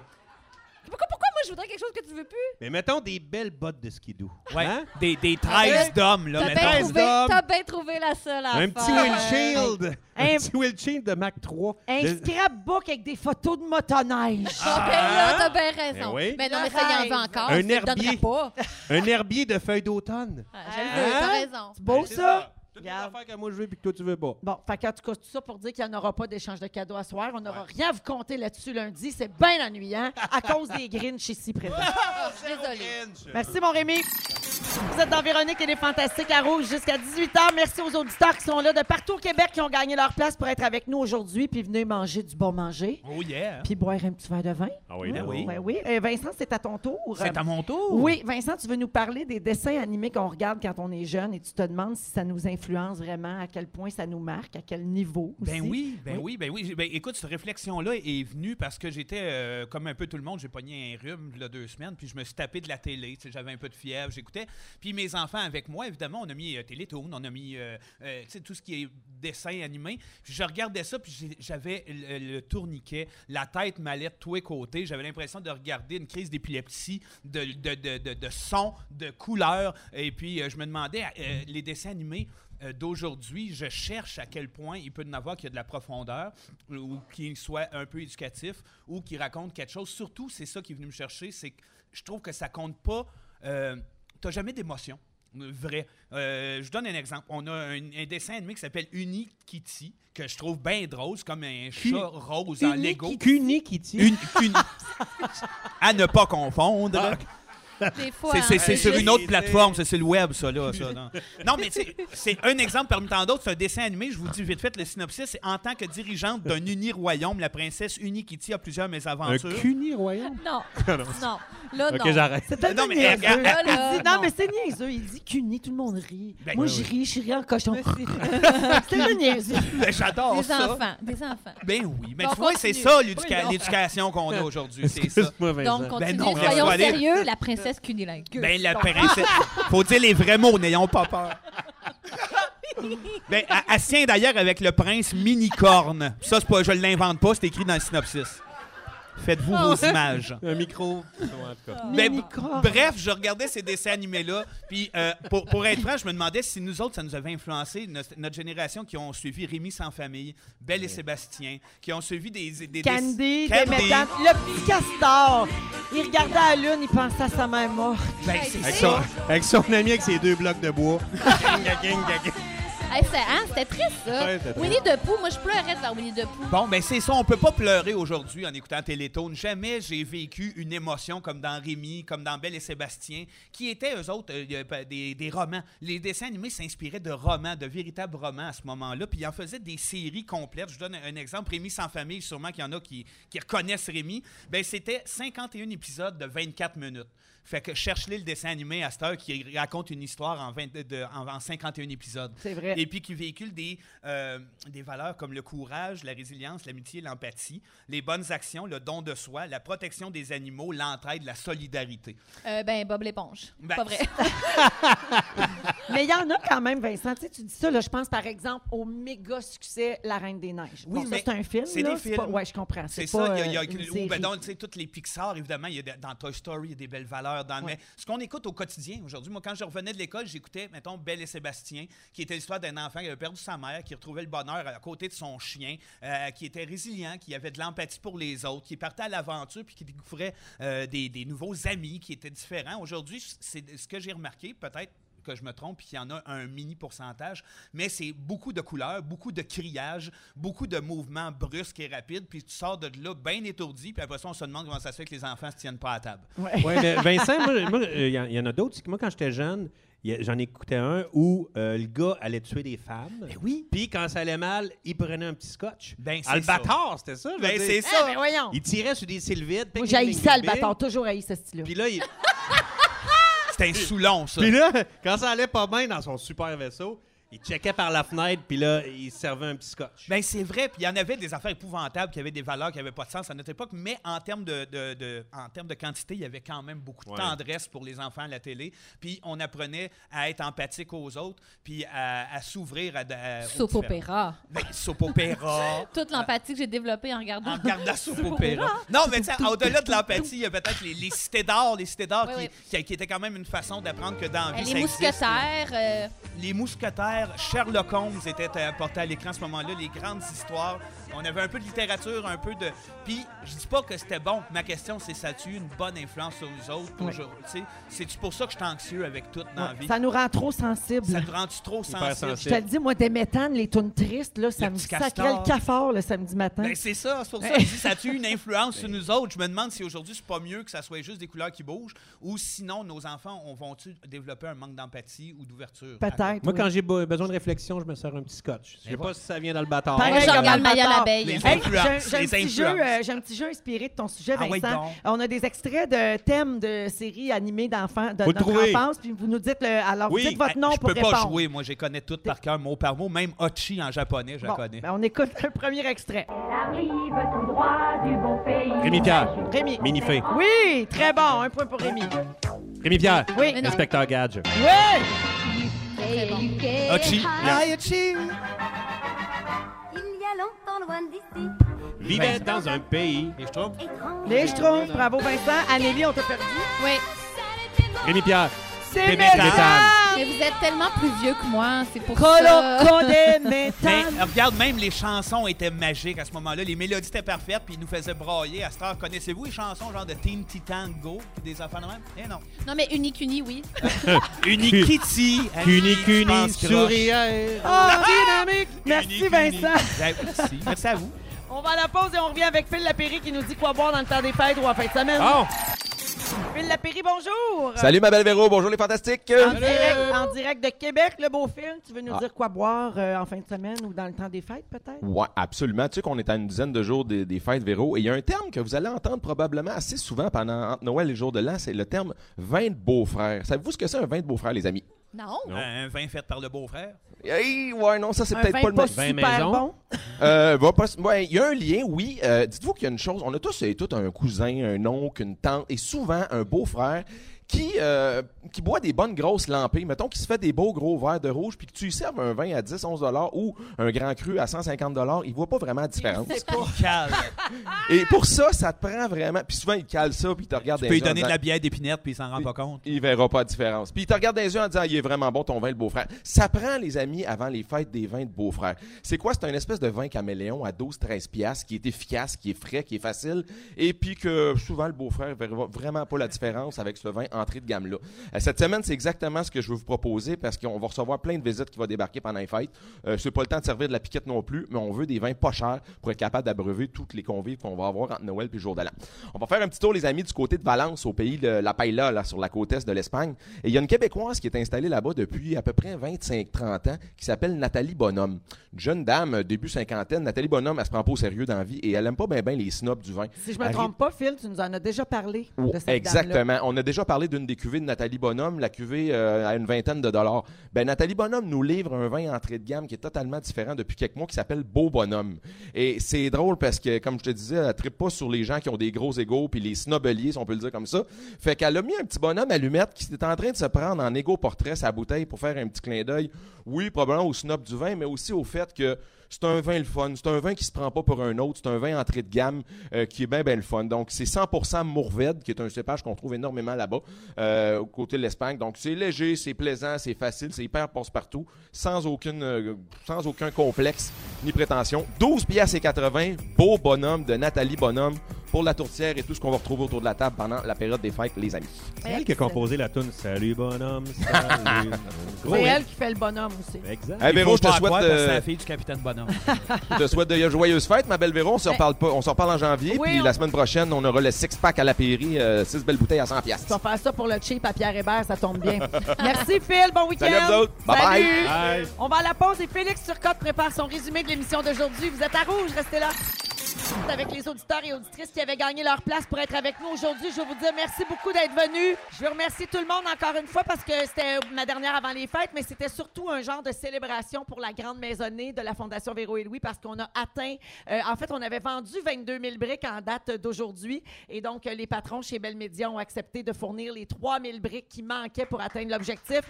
Pourquoi, pourquoi moi, je voudrais quelque chose que tu veux plus?
Mais mettons des belles bottes de skidoo.
Ouais,
Hein?
des, des 13 d'hommes, là,
T'as
mais
bien
13
trouvé,
d'hommes.
t'as bien trouvé la seule
Un
affaire.
petit windshield.
Hey.
Un petit windshield de Mac 3.
Un scrapbook avec des photos de motoneige.
Ah, ben là, t'as bien raison.
Ben oui.
Mais non, mais ça, il y en veut encore.
Un
tu le donnerais
herbier.
pas.
Un herbier de feuilles d'automne.
Ah, je le veux, t'as raison.
C'est beau,
C'est
ça?
Toutes les
Regarde.
affaires que moi je veux puis que toi tu veux pas.
Bon, fait qu'en tout cas, tout ça pour dire qu'il n'y en aura pas d'échange de cadeaux à soir. On n'aura rien à vous compter là-dessus lundi. C'est bien ennuyant à cause des grinches ici présents.
Je suis désolée.
Merci, mon Rémi. Vous êtes dans Véronique et les Fantastiques à Rouge jusqu'à 18h. Merci aux auditeurs qui sont là de partout au Québec qui ont gagné leur place pour être avec nous aujourd'hui. Puis venez manger du bon manger.
Oh yeah.
Puis boire un petit verre de vin.
Ah oui,
Ben
non.
oui.
Ben oui. Euh, Vincent, c'est à ton tour.
C'est à mon tour.
Oui, Vincent, tu veux nous parler des dessins animés qu'on regarde quand on est jeune et tu te demandes si ça nous influence vraiment, à quel point ça nous marque, à quel niveau.
Ben
aussi.
oui, ben oui, ben oui. J'ai- Ben, écoute, cette réflexion-là est venue parce que j'étais, euh, comme un peu tout le monde, j'ai pogné un rhume là, deux semaines, puis je me suis tapé de la télé. tu sais, J'avais un peu de fièvre, j'écoutais. Puis mes enfants avec moi, évidemment, on a mis euh, Télétoon, on a mis euh, euh, tu sais, tout ce qui est dessin animé. Puis je regardais ça, puis j'ai- j'avais le, le tourniquet, la tête m'allait de tous les côtés. J'avais l'impression de regarder une crise d'épilepsie, de, de, de, de, de son, de couleur. Et puis euh, je me demandais, euh, les dessins animés, euh, d'aujourd'hui, je cherche à quel point il peut y en avoir qu'il y a de la profondeur euh, ou qu'il soit un peu éducatif ou qu'il raconte quelque chose. Surtout, c'est ça qui est venu me chercher, c'est que je trouve que ça compte pas. euh, T'as jamais d'émotion. euh, vraie. Euh, je vous donne un exemple. On a un, un dessin animé qui s'appelle Uni Kitty, que je trouve bien drôle. C'est comme un chat rose en Lego.
Cuny qui tient.
Une, une- à ne pas confondre.
Des fois.
C'est- C'est c'est
hein,
sur
je-
une autre plateforme, c'est sur le web, ça, là. ça, non. Non, mais tu sais, c'est un exemple parmi tant d'autres. C'est un dessin animé, je vous dis vite fait le synopsis. C'est en tant que dirigeante d'un uni-royaume, la princesse Unikitty a plusieurs
Un
mésaventures.
cuny royaume.
Non. Non. Là,
Ok,
non.
j'arrête.
C'est tellement
Non, mais,
niaiseux.
euh, euh,
Là,
Il
là,
dit- non, mais c'est niaiseux. Il dit cuny, tout le monde rit.
Ben,
Moi,
oui,
je
oui.
ris, je ris en cochon. C'est tellement niaiseux.
Ben, J'adore
Des
ça.
enfants. Des enfants.
Ben oui. Mais
Bon,
tu vois, c'est
continue.
ça l'éduca-
Oui, non.
l'éducation qu'on a aujourd'hui. C'est ça.
Excuse-moi, Vincent.
Donc,
Ben
continue.
non, mais
Soyons
faut aller-
sérieux, la princesse cunilingue.
Ben, la princesse. Faut dire les vrais mots, n'ayons pas peur. Ben, elle- elle se tient d'ailleurs avec le prince Minicorne. Ça, c'est pas, je l'invente pas, c'est écrit dans le synopsis. Faites-vous vos
Oh.
images.
Un micro. Non, en tout
Ah.
cas.
Mais Ben, b-
Minicorne.
bref, je regardais ces dessins animés-là. Puis, euh, pour, pour être franc, je me demandais si nous autres, ça nous avait influencé, nos- notre, génération qui ont suivi Rémi sans famille, Belle et Sébastien, qui ont suivi des. des- des-
Candy, des
Candy.
médailles. Le petit castor. Il regardait la lune, il pensait à sa mère morte.
Ben, c'est
Hey,
Avec
ça.
son, avec son ami avec ses deux blocs de bois. Gang, gang, gang, gang.
Hey, c'est- hein, C'était triste, ça.
Ouais, c'était
Winnie the Pooh, moi, je pleurais devant Winnie the Pooh.
Bon, ben c'est ça, on peut pas pleurer aujourd'hui en écoutant Télétoon. Jamais j'ai vécu une émotion comme dans Rémi, comme dans Belle et Sébastien, qui étaient, eux autres, euh, euh, pa- des, des romans. Les dessins animés s'inspiraient de romans, de véritables romans à ce moment-là, puis ils en faisaient des séries complètes. Je donne un un exemple, Rémi sans famille, sûrement qu'il y en a qui, qui reconnaissent Rémi. Ben c'était 51 épisodes de 24 minutes. Fait que cherche-les le dessin animé à cette heure qui raconte une histoire en, 20 de- en- en 51 épisodes.
C'est vrai.
Et puis qui véhicule des, euh, des valeurs comme le courage, la résilience, l'amitié, l'empathie, les bonnes actions, le don de soi, la protection des animaux, l'entraide, la solidarité.
Euh, ben, Bob l'éponge.
Ben,
pas vrai.
Mais il y en a quand même, Vincent. Tu, sais, tu dis ça, là, je pense par exemple au méga succès La Reine des Neiges.
Oui,
Bon, ça,
mais
c'est un film.
c'est
là,
des films.
pas- ouais, je comprends.
C'est
pas,
ça, il y a- il y a,
euh, une
ou ben
série.
donc, tu sais, toutes les Pixar, évidemment, il y a des- dans Toy Story, il y a des belles valeurs. Dans, Mais ce qu'on écoute au quotidien aujourd'hui, moi, quand je revenais de l'école, j'écoutais, mettons, Belle et Sébastien, qui était l'histoire d'un enfant qui avait perdu sa mère, qui retrouvait le bonheur à côté de son chien, euh, qui était résilient, qui avait de l'empathie pour les autres, qui partait à l'aventure, puis qui découvrait euh, des, des nouveaux amis qui étaient différents. Aujourd'hui, c'est ce que j'ai remarqué, peut-être que je me trompe, puis qu'il y en a un mini pourcentage, mais c'est beaucoup de couleurs, beaucoup de criages, beaucoup de mouvements brusques et rapides, puis tu sors de là bien étourdi, puis après ça, on se demande comment ça se fait que les enfants se tiennent pas à table.
Ouais, mais Vincent, moi, il y, en- y en a d'autres. C'est que Moi, quand j'étais jeune, y a- j'en écoutais un où euh, le gars allait tuer des femmes.
oui!
Puis quand ça allait mal, il prenait un petit scotch.
Ben, c'est
Albator, c'était ça. je veux
Ben,
dire.
c'est
Ah,
ça!
ben voyons.
Il tirait sur des sylvides.
Moi,
ping,
j'ai
ping,
ça, le
ping,
bâton. Toujours haï ce style-là.
Puis là, il-
C'est un soulon, ça!
puis là, quand ça allait pas bien dans son super vaisseau, il checkait par la fenêtre, puis là, il se servait un petit scotch.
Ben c'est vrai, puis il y en avait des affaires épouvantables qui avaient des valeurs qui n'avaient pas de sens à notre époque, mais en termes de, de- de- en termes de quantité, il y avait quand même beaucoup de
Ouais.
tendresse pour les enfants à la télé, puis on apprenait à être empathique aux autres, puis à, à s'ouvrir à... de- à- aux
Soap
différents-
opéra.
Ben, soap opéra.
Toute l'empathie que j'ai développée en regardant.
En regardant Soap Opera. Non, mais tu sais, au-delà de l'empathie, il y a peut-être les, les cités d'or, les cités d'or
Oui,
qui,
oui.
qui- qui étaient quand même une façon d'apprendre que dans la vie,
Les
ça existe.
mousquetaires. euh,
Les mousquetaires, Sherlock Holmes était euh, porté à l'écran à ce moment-là, les grandes histoires. On avait un peu de littérature, un peu de. Puis, je dis pas que c'était bon. Ma question, c'est ça a-tu eu une bonne influence sur nous autres
Oui.
aujourd'hui? Tu sais, C'est-tu pour ça que je suis anxieux avec tout dans la vie?
Ça nous rend trop sensibles.
Ça te rend-tu trop
Hyper
sensible?
Je te le dis, moi, des méthanes, les tunes tristes, là, ça
Le
me
petit
sacrait
castor.
le cafard le samedi matin.
Ben, c'est ça, c'est pour ça. que je dis, ça a eu une influence sur nous autres? Je me demande si aujourd'hui, c'est pas mieux que ça soit juste des couleurs qui bougent ou sinon, nos enfants on vont-tu développer un manque d'empathie ou d'ouverture?
Peut-être. oui.
Moi, quand j'ai be- besoin de réflexion, je me sers un petit scotch. Je sais pas si ça vient dans le bâtard.
Pareil,
Moi, je
comme
regarde
le
Maya
bâtard.
l'abeille.
Les
Hey,
influences,
j'ai un- j'ai un
les
petit jeu,
influences.
euh, j'ai un petit jeu inspiré de ton sujet,
Ah ouais,
Vincent.
donc.
On a des extraits de thèmes de séries animées d'enfants de
Vous
notre
trouvez?
enfance, puis vous nous dites le, alors
Oui,
vous dites votre nom
Ben, je
pour
peux
répondre.
pas jouer, moi, je les connais toutes par cœur, mot par mot. Même Ochi en japonais, je la
Bon,
connais.
ben, on écoute le premier extrait.
Rémi Pierre.
Rémi.
Minifé.
Oui, très bon, un point pour Rémi.
Rémi Pierre.
Oui.
Inspecteur Gadget.
Oui.
très bon.
Ochi. Hi, Ochi.
Il y a longtemps loin d'ici,
Vivait dans un pays.
Et je trouve.
étrange.
Les Schtroumpfs, bravo Vincent. Anélie, on t'a perdu.
Oui.
Rémi Pierre.
C'est
Des méthanes.
Mais vous êtes tellement plus vieux que moi, c'est pour ça.
Coloco des
Mais
méthanes.
regarde, même les chansons étaient magiques à ce moment-là. Les mélodies étaient parfaites, puis ils nous faisaient brailler. À cette heure, connaissez-vous les chansons genre de Teen Titan Go, puis des enfants de même? Eh non.
Non, mais unique, uni, oui.
Unikitty. Kitty.
Cuni,
Je
cuni,
pense croche.
sourire.
Oh, dynamique. Merci Vincent.
Ben, merci. Merci à vous.
On va à la pause et on revient avec Phil Lapéry qui nous dit quoi boire dans le temps des fêtes ou en fin de semaine.
Ah!
Oh!
Phil Lapéry, bonjour.
Ah! Salut ma belle Véro, bonjour les fantastiques.
En direct, en direct de Québec, le beau film. Tu veux nous dire quoi boire euh, en fin de semaine ou dans le temps des fêtes, peut-être?
Ah. Ouais, absolument. Tu sais qu'on est à une dizaine de jours des, des fêtes, Véro, et il y a un terme que vous allez entendre probablement assez souvent pendant entre Noël et le jour de l'an, c'est le terme vin de beau-frère. Savez-vous ce que c'est un vin de beau-frère, les amis?
Non.
Non.
Un vin fait par le beau-frère.
Hey, ouais, non, ça c'est
Un
peut-être
vin
pas le
pas
même.
super
Vin maison.
bon.
Euh, va pas- ouais, Il y a un lien, oui. Euh, Dites-vous qu'il y a une chose. On a tous et toutes un cousin, un oncle, une tante et souvent un beau-frère qui, euh, qui boit des bonnes grosses lampées. Mettons qu'il se fait des beaux gros verres de rouge puis que tu lui serves un vin à 10, 11 ou un grand cru à 150 il voit pas vraiment la différence.
Calme.
Et pour ça, ça te prend vraiment. Puis souvent, il cale ça puis il te regarde
Tu
dans
peux
les yeux
lui
en
donner de
disant-
la bière d'épinette, puis il s'en rend pas compte.
il verra pas la différence. Puis il te regarde dans les yeux en disant, il est vraiment bon ton vin de beau-frère. Ça prend, les amis, avant les fêtes des vins de beau-frère. C'est quoi? C'est un espèce de vin caméléon à 12-13 piastres qui est efficace, qui est frais, qui est facile. Et puis que souvent, le beau-frère verra vraiment pas la différence avec ce vin en
entrée de gamme-là. Euh, Cette semaine, c'est exactement ce que je veux vous proposer parce qu'on va recevoir plein de visites qui vont débarquer pendant les fêtes. Euh, c'est pas le temps de servir de la piquette non plus, mais on veut des vins pas chers pour être capable d'abreuver toutes les convives qu'on va avoir entre Noël et le jour de l'an. On va faire un petit tour, les amis, du côté de Valence, au pays de la Pailla, là, sur la côte est de l'Espagne. Et il y a une Québécoise qui est installée là-bas depuis à peu près 25-30 ans qui s'appelle Nathalie Bonhomme. Une jeune dame, euh, début cinquantaine. Nathalie Bonhomme, elle se prend pas au sérieux dans la vie et elle aime pas bien ben les snobs du vin.
Si je me
Elle rit-
trompe pas, Phil, tu nous en as déjà parlé de cette dame-là.
Exactement. On a déjà parlé d'une des cuvées de Nathalie Bonhomme, la cuvée euh, à une vingtaine de dollars. Ben, Nathalie Bonhomme nous livre un vin entrée de gamme qui est totalement différent depuis quelques mois qui s'appelle Beau Bonhomme. Et c'est drôle parce que, comme je te disais, elle tripe pas sur les gens qui ont des gros égaux puis les snobeliers, si on peut le dire comme ça. Fait qu'elle a mis un petit bonhomme allumette qui était en train de se prendre en égo portrait sa bouteille pour faire un petit clin d'œil. Oui, probablement au snob du vin, mais aussi au fait que c'est un vin le fun. C'est un vin qui se prend pas pour un autre. C'est un vin entrée de gamme euh, qui est bien, bien le fun. Donc, c'est 100% Mourvèdre, qui est un cépage qu'on trouve énormément là-bas, euh, au côté de l'Espagne. Donc, c'est léger, c'est plaisant, c'est facile, c'est hyper passe-partout, sans, aucune, euh, sans aucun complexe ni prétention. 12 piastres et 80, beau bonhomme de Nathalie Bonhomme pour la tourtière et tout ce qu'on va retrouver autour de la table pendant la période des fêtes, les amis.
C'est elle qui a composé la tune Salut bonhomme, salut. Gros
C'est
hit.
elle qui fait le bonhomme aussi.
Exact.
Eh, Véro,
Faut
je te
pas
souhaite,
croire parce que
euh,
c'est la fille du capitaine Bonhomme.
Je te souhaite de joyeuses fêtes, ma belle Véro. On se reparle, pas, on se reparle en janvier.
Oui,
puis
on-
la semaine prochaine, on aura le six-pack à la Péry, euh, six belles bouteilles à 100
Tu
piastres.
vas faire ça pour le cheap à Pierre Hébert, ça tombe bien. Merci Phil, bon week-end.
Salut à vous autres. Bye bye.
Salut.
Bye.
On va à la pause et Félix Turcotte prépare son résumé de l'émission d'aujourd'hui. Vous êtes à rouge, restez là. Avec les auditeurs et auditrices qui avaient gagné leur place pour être avec nous aujourd'hui, je veux vous dire merci beaucoup d'être venus. Je veux remercier tout le monde encore une fois parce que c'était ma dernière avant les fêtes, mais c'était surtout un genre de célébration pour la grande maisonnée de la Fondation Véro et Louis parce qu'on a atteint. euh, en fait, on avait vendu 22 000 briques en date d'aujourd'hui et donc euh, les patrons chez Belle Média ont accepté de fournir les 3 000 briques qui manquaient pour atteindre l'objectif.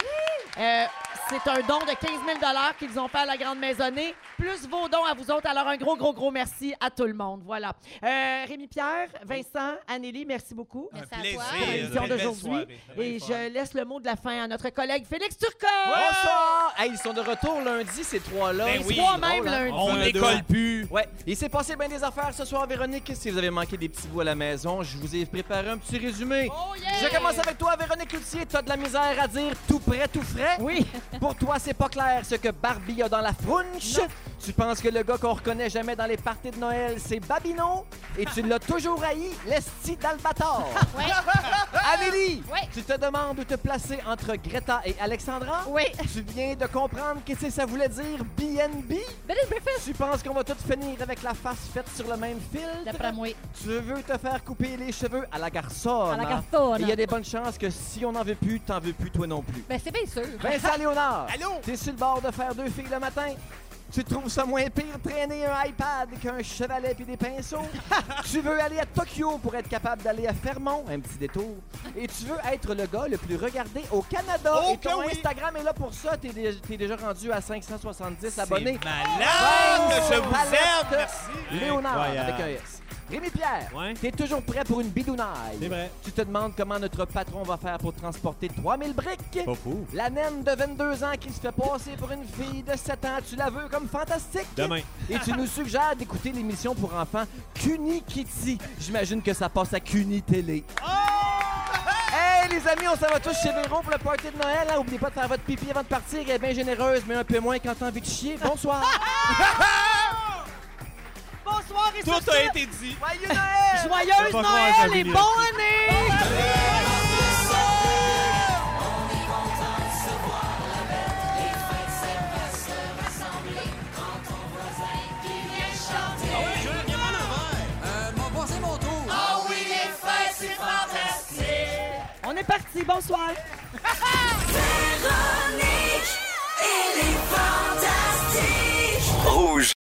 Euh, c'est un don de 15 000 qu'ils ont fait à la Grande Maisonnée, plus vos dons à vous autres. Alors, un gros, gros, gros merci à tout le monde. Voilà. Euh, Rémi-Pierre, Vincent, Anneli, merci beaucoup
Un
Merci à toi.
pour l'émission
Belle, belle
d'aujourd'hui.
soirée.
Et
Belle soirée.
je laisse le mot de la fin à notre collègue Félix Turcot.
Bonsoir! Hey, ils sont de retour lundi, ces trois-là.
Ben
Ils
oui.
sont drôles,
Oh
Trois même
hein?
lundi.
On décolle plus.
Ouais, il s'est passé bien des affaires ce soir, Véronique. Si vous avez manqué des petits bouts à la maison, je vous ai préparé un petit résumé.
Oh yeah!
Je commence avec toi, Véronique Cloutier. Tu as de la misère à dire tout prêt, tout frais.
Oui.
Pour toi, c'est pas clair ce que Barbie a dans la frunche. Tu penses que le gars qu'on reconnaît jamais dans les parties de Noël, c'est Babinon. Et tu l'as toujours haï, l'esti d'Albator.
Ouais.
Amélie,
Ouais.
tu te demandes où te placer entre Greta et Alexandra.
Oui.
Tu viens de comprendre qu'est-ce que ça voulait dire BNB.
Bed and breakfast.
Tu penses qu'on va tous finir avec la face faite sur le même
D'après
fil?
moi.
Tu veux te faire couper les cheveux à la garçonne.
À la
hein?
garçonne.
Et Il y a des bonnes chances que si on n'en veut plus, t'en veux plus toi non plus.
Ben, c'est bien sûr.
Vincent Léonard,
Allô?
t'es sur le bord de faire deux filles le matin. Tu trouves ça moins pire traîner un iPad qu'un chevalet puis des pinceaux? tu veux aller à Tokyo pour être capable d'aller à Fermont, un petit détour. Et tu veux être le gars le plus regardé au Canada.
Oh
Et ton
que oui!
Instagram est là pour ça. T'es dé- t'es déjà rendu à 570 abonnés.
C'est malade, Ah, je vous aime. Merci.
Léonard
Incroyable.
avec un S. Rémi Pierre,
Ouais.
t'es toujours prêt pour une bidounaille.
C'est vrai.
Tu te demandes comment notre patron va faire pour transporter 3000 briques.
Pas fou.
La naine de 22 ans qui se fait passer pour une fille de 7 ans, tu la veux comme fantastique.
Demain.
Et tu nous suggères d'écouter l'émission pour enfants Cuny Kitty. J'imagine que ça passe à Cuny Télé. Hey les amis, on s'en va tous chez Véro pour le party de Noël. hein. Oubliez pas de faire votre pipi avant de partir. Elle est bien généreuse, mais un peu moins quand t'as envie de chier. Bonsoir.
Bonsoir et
Tout a été dit.
Joyeux Noël!
Joyeuse
pas croire ça,
Noël et
Juliette.
bonne année! On est parti, bonsoir.
Véronique, elle est fantastique.
Rouge.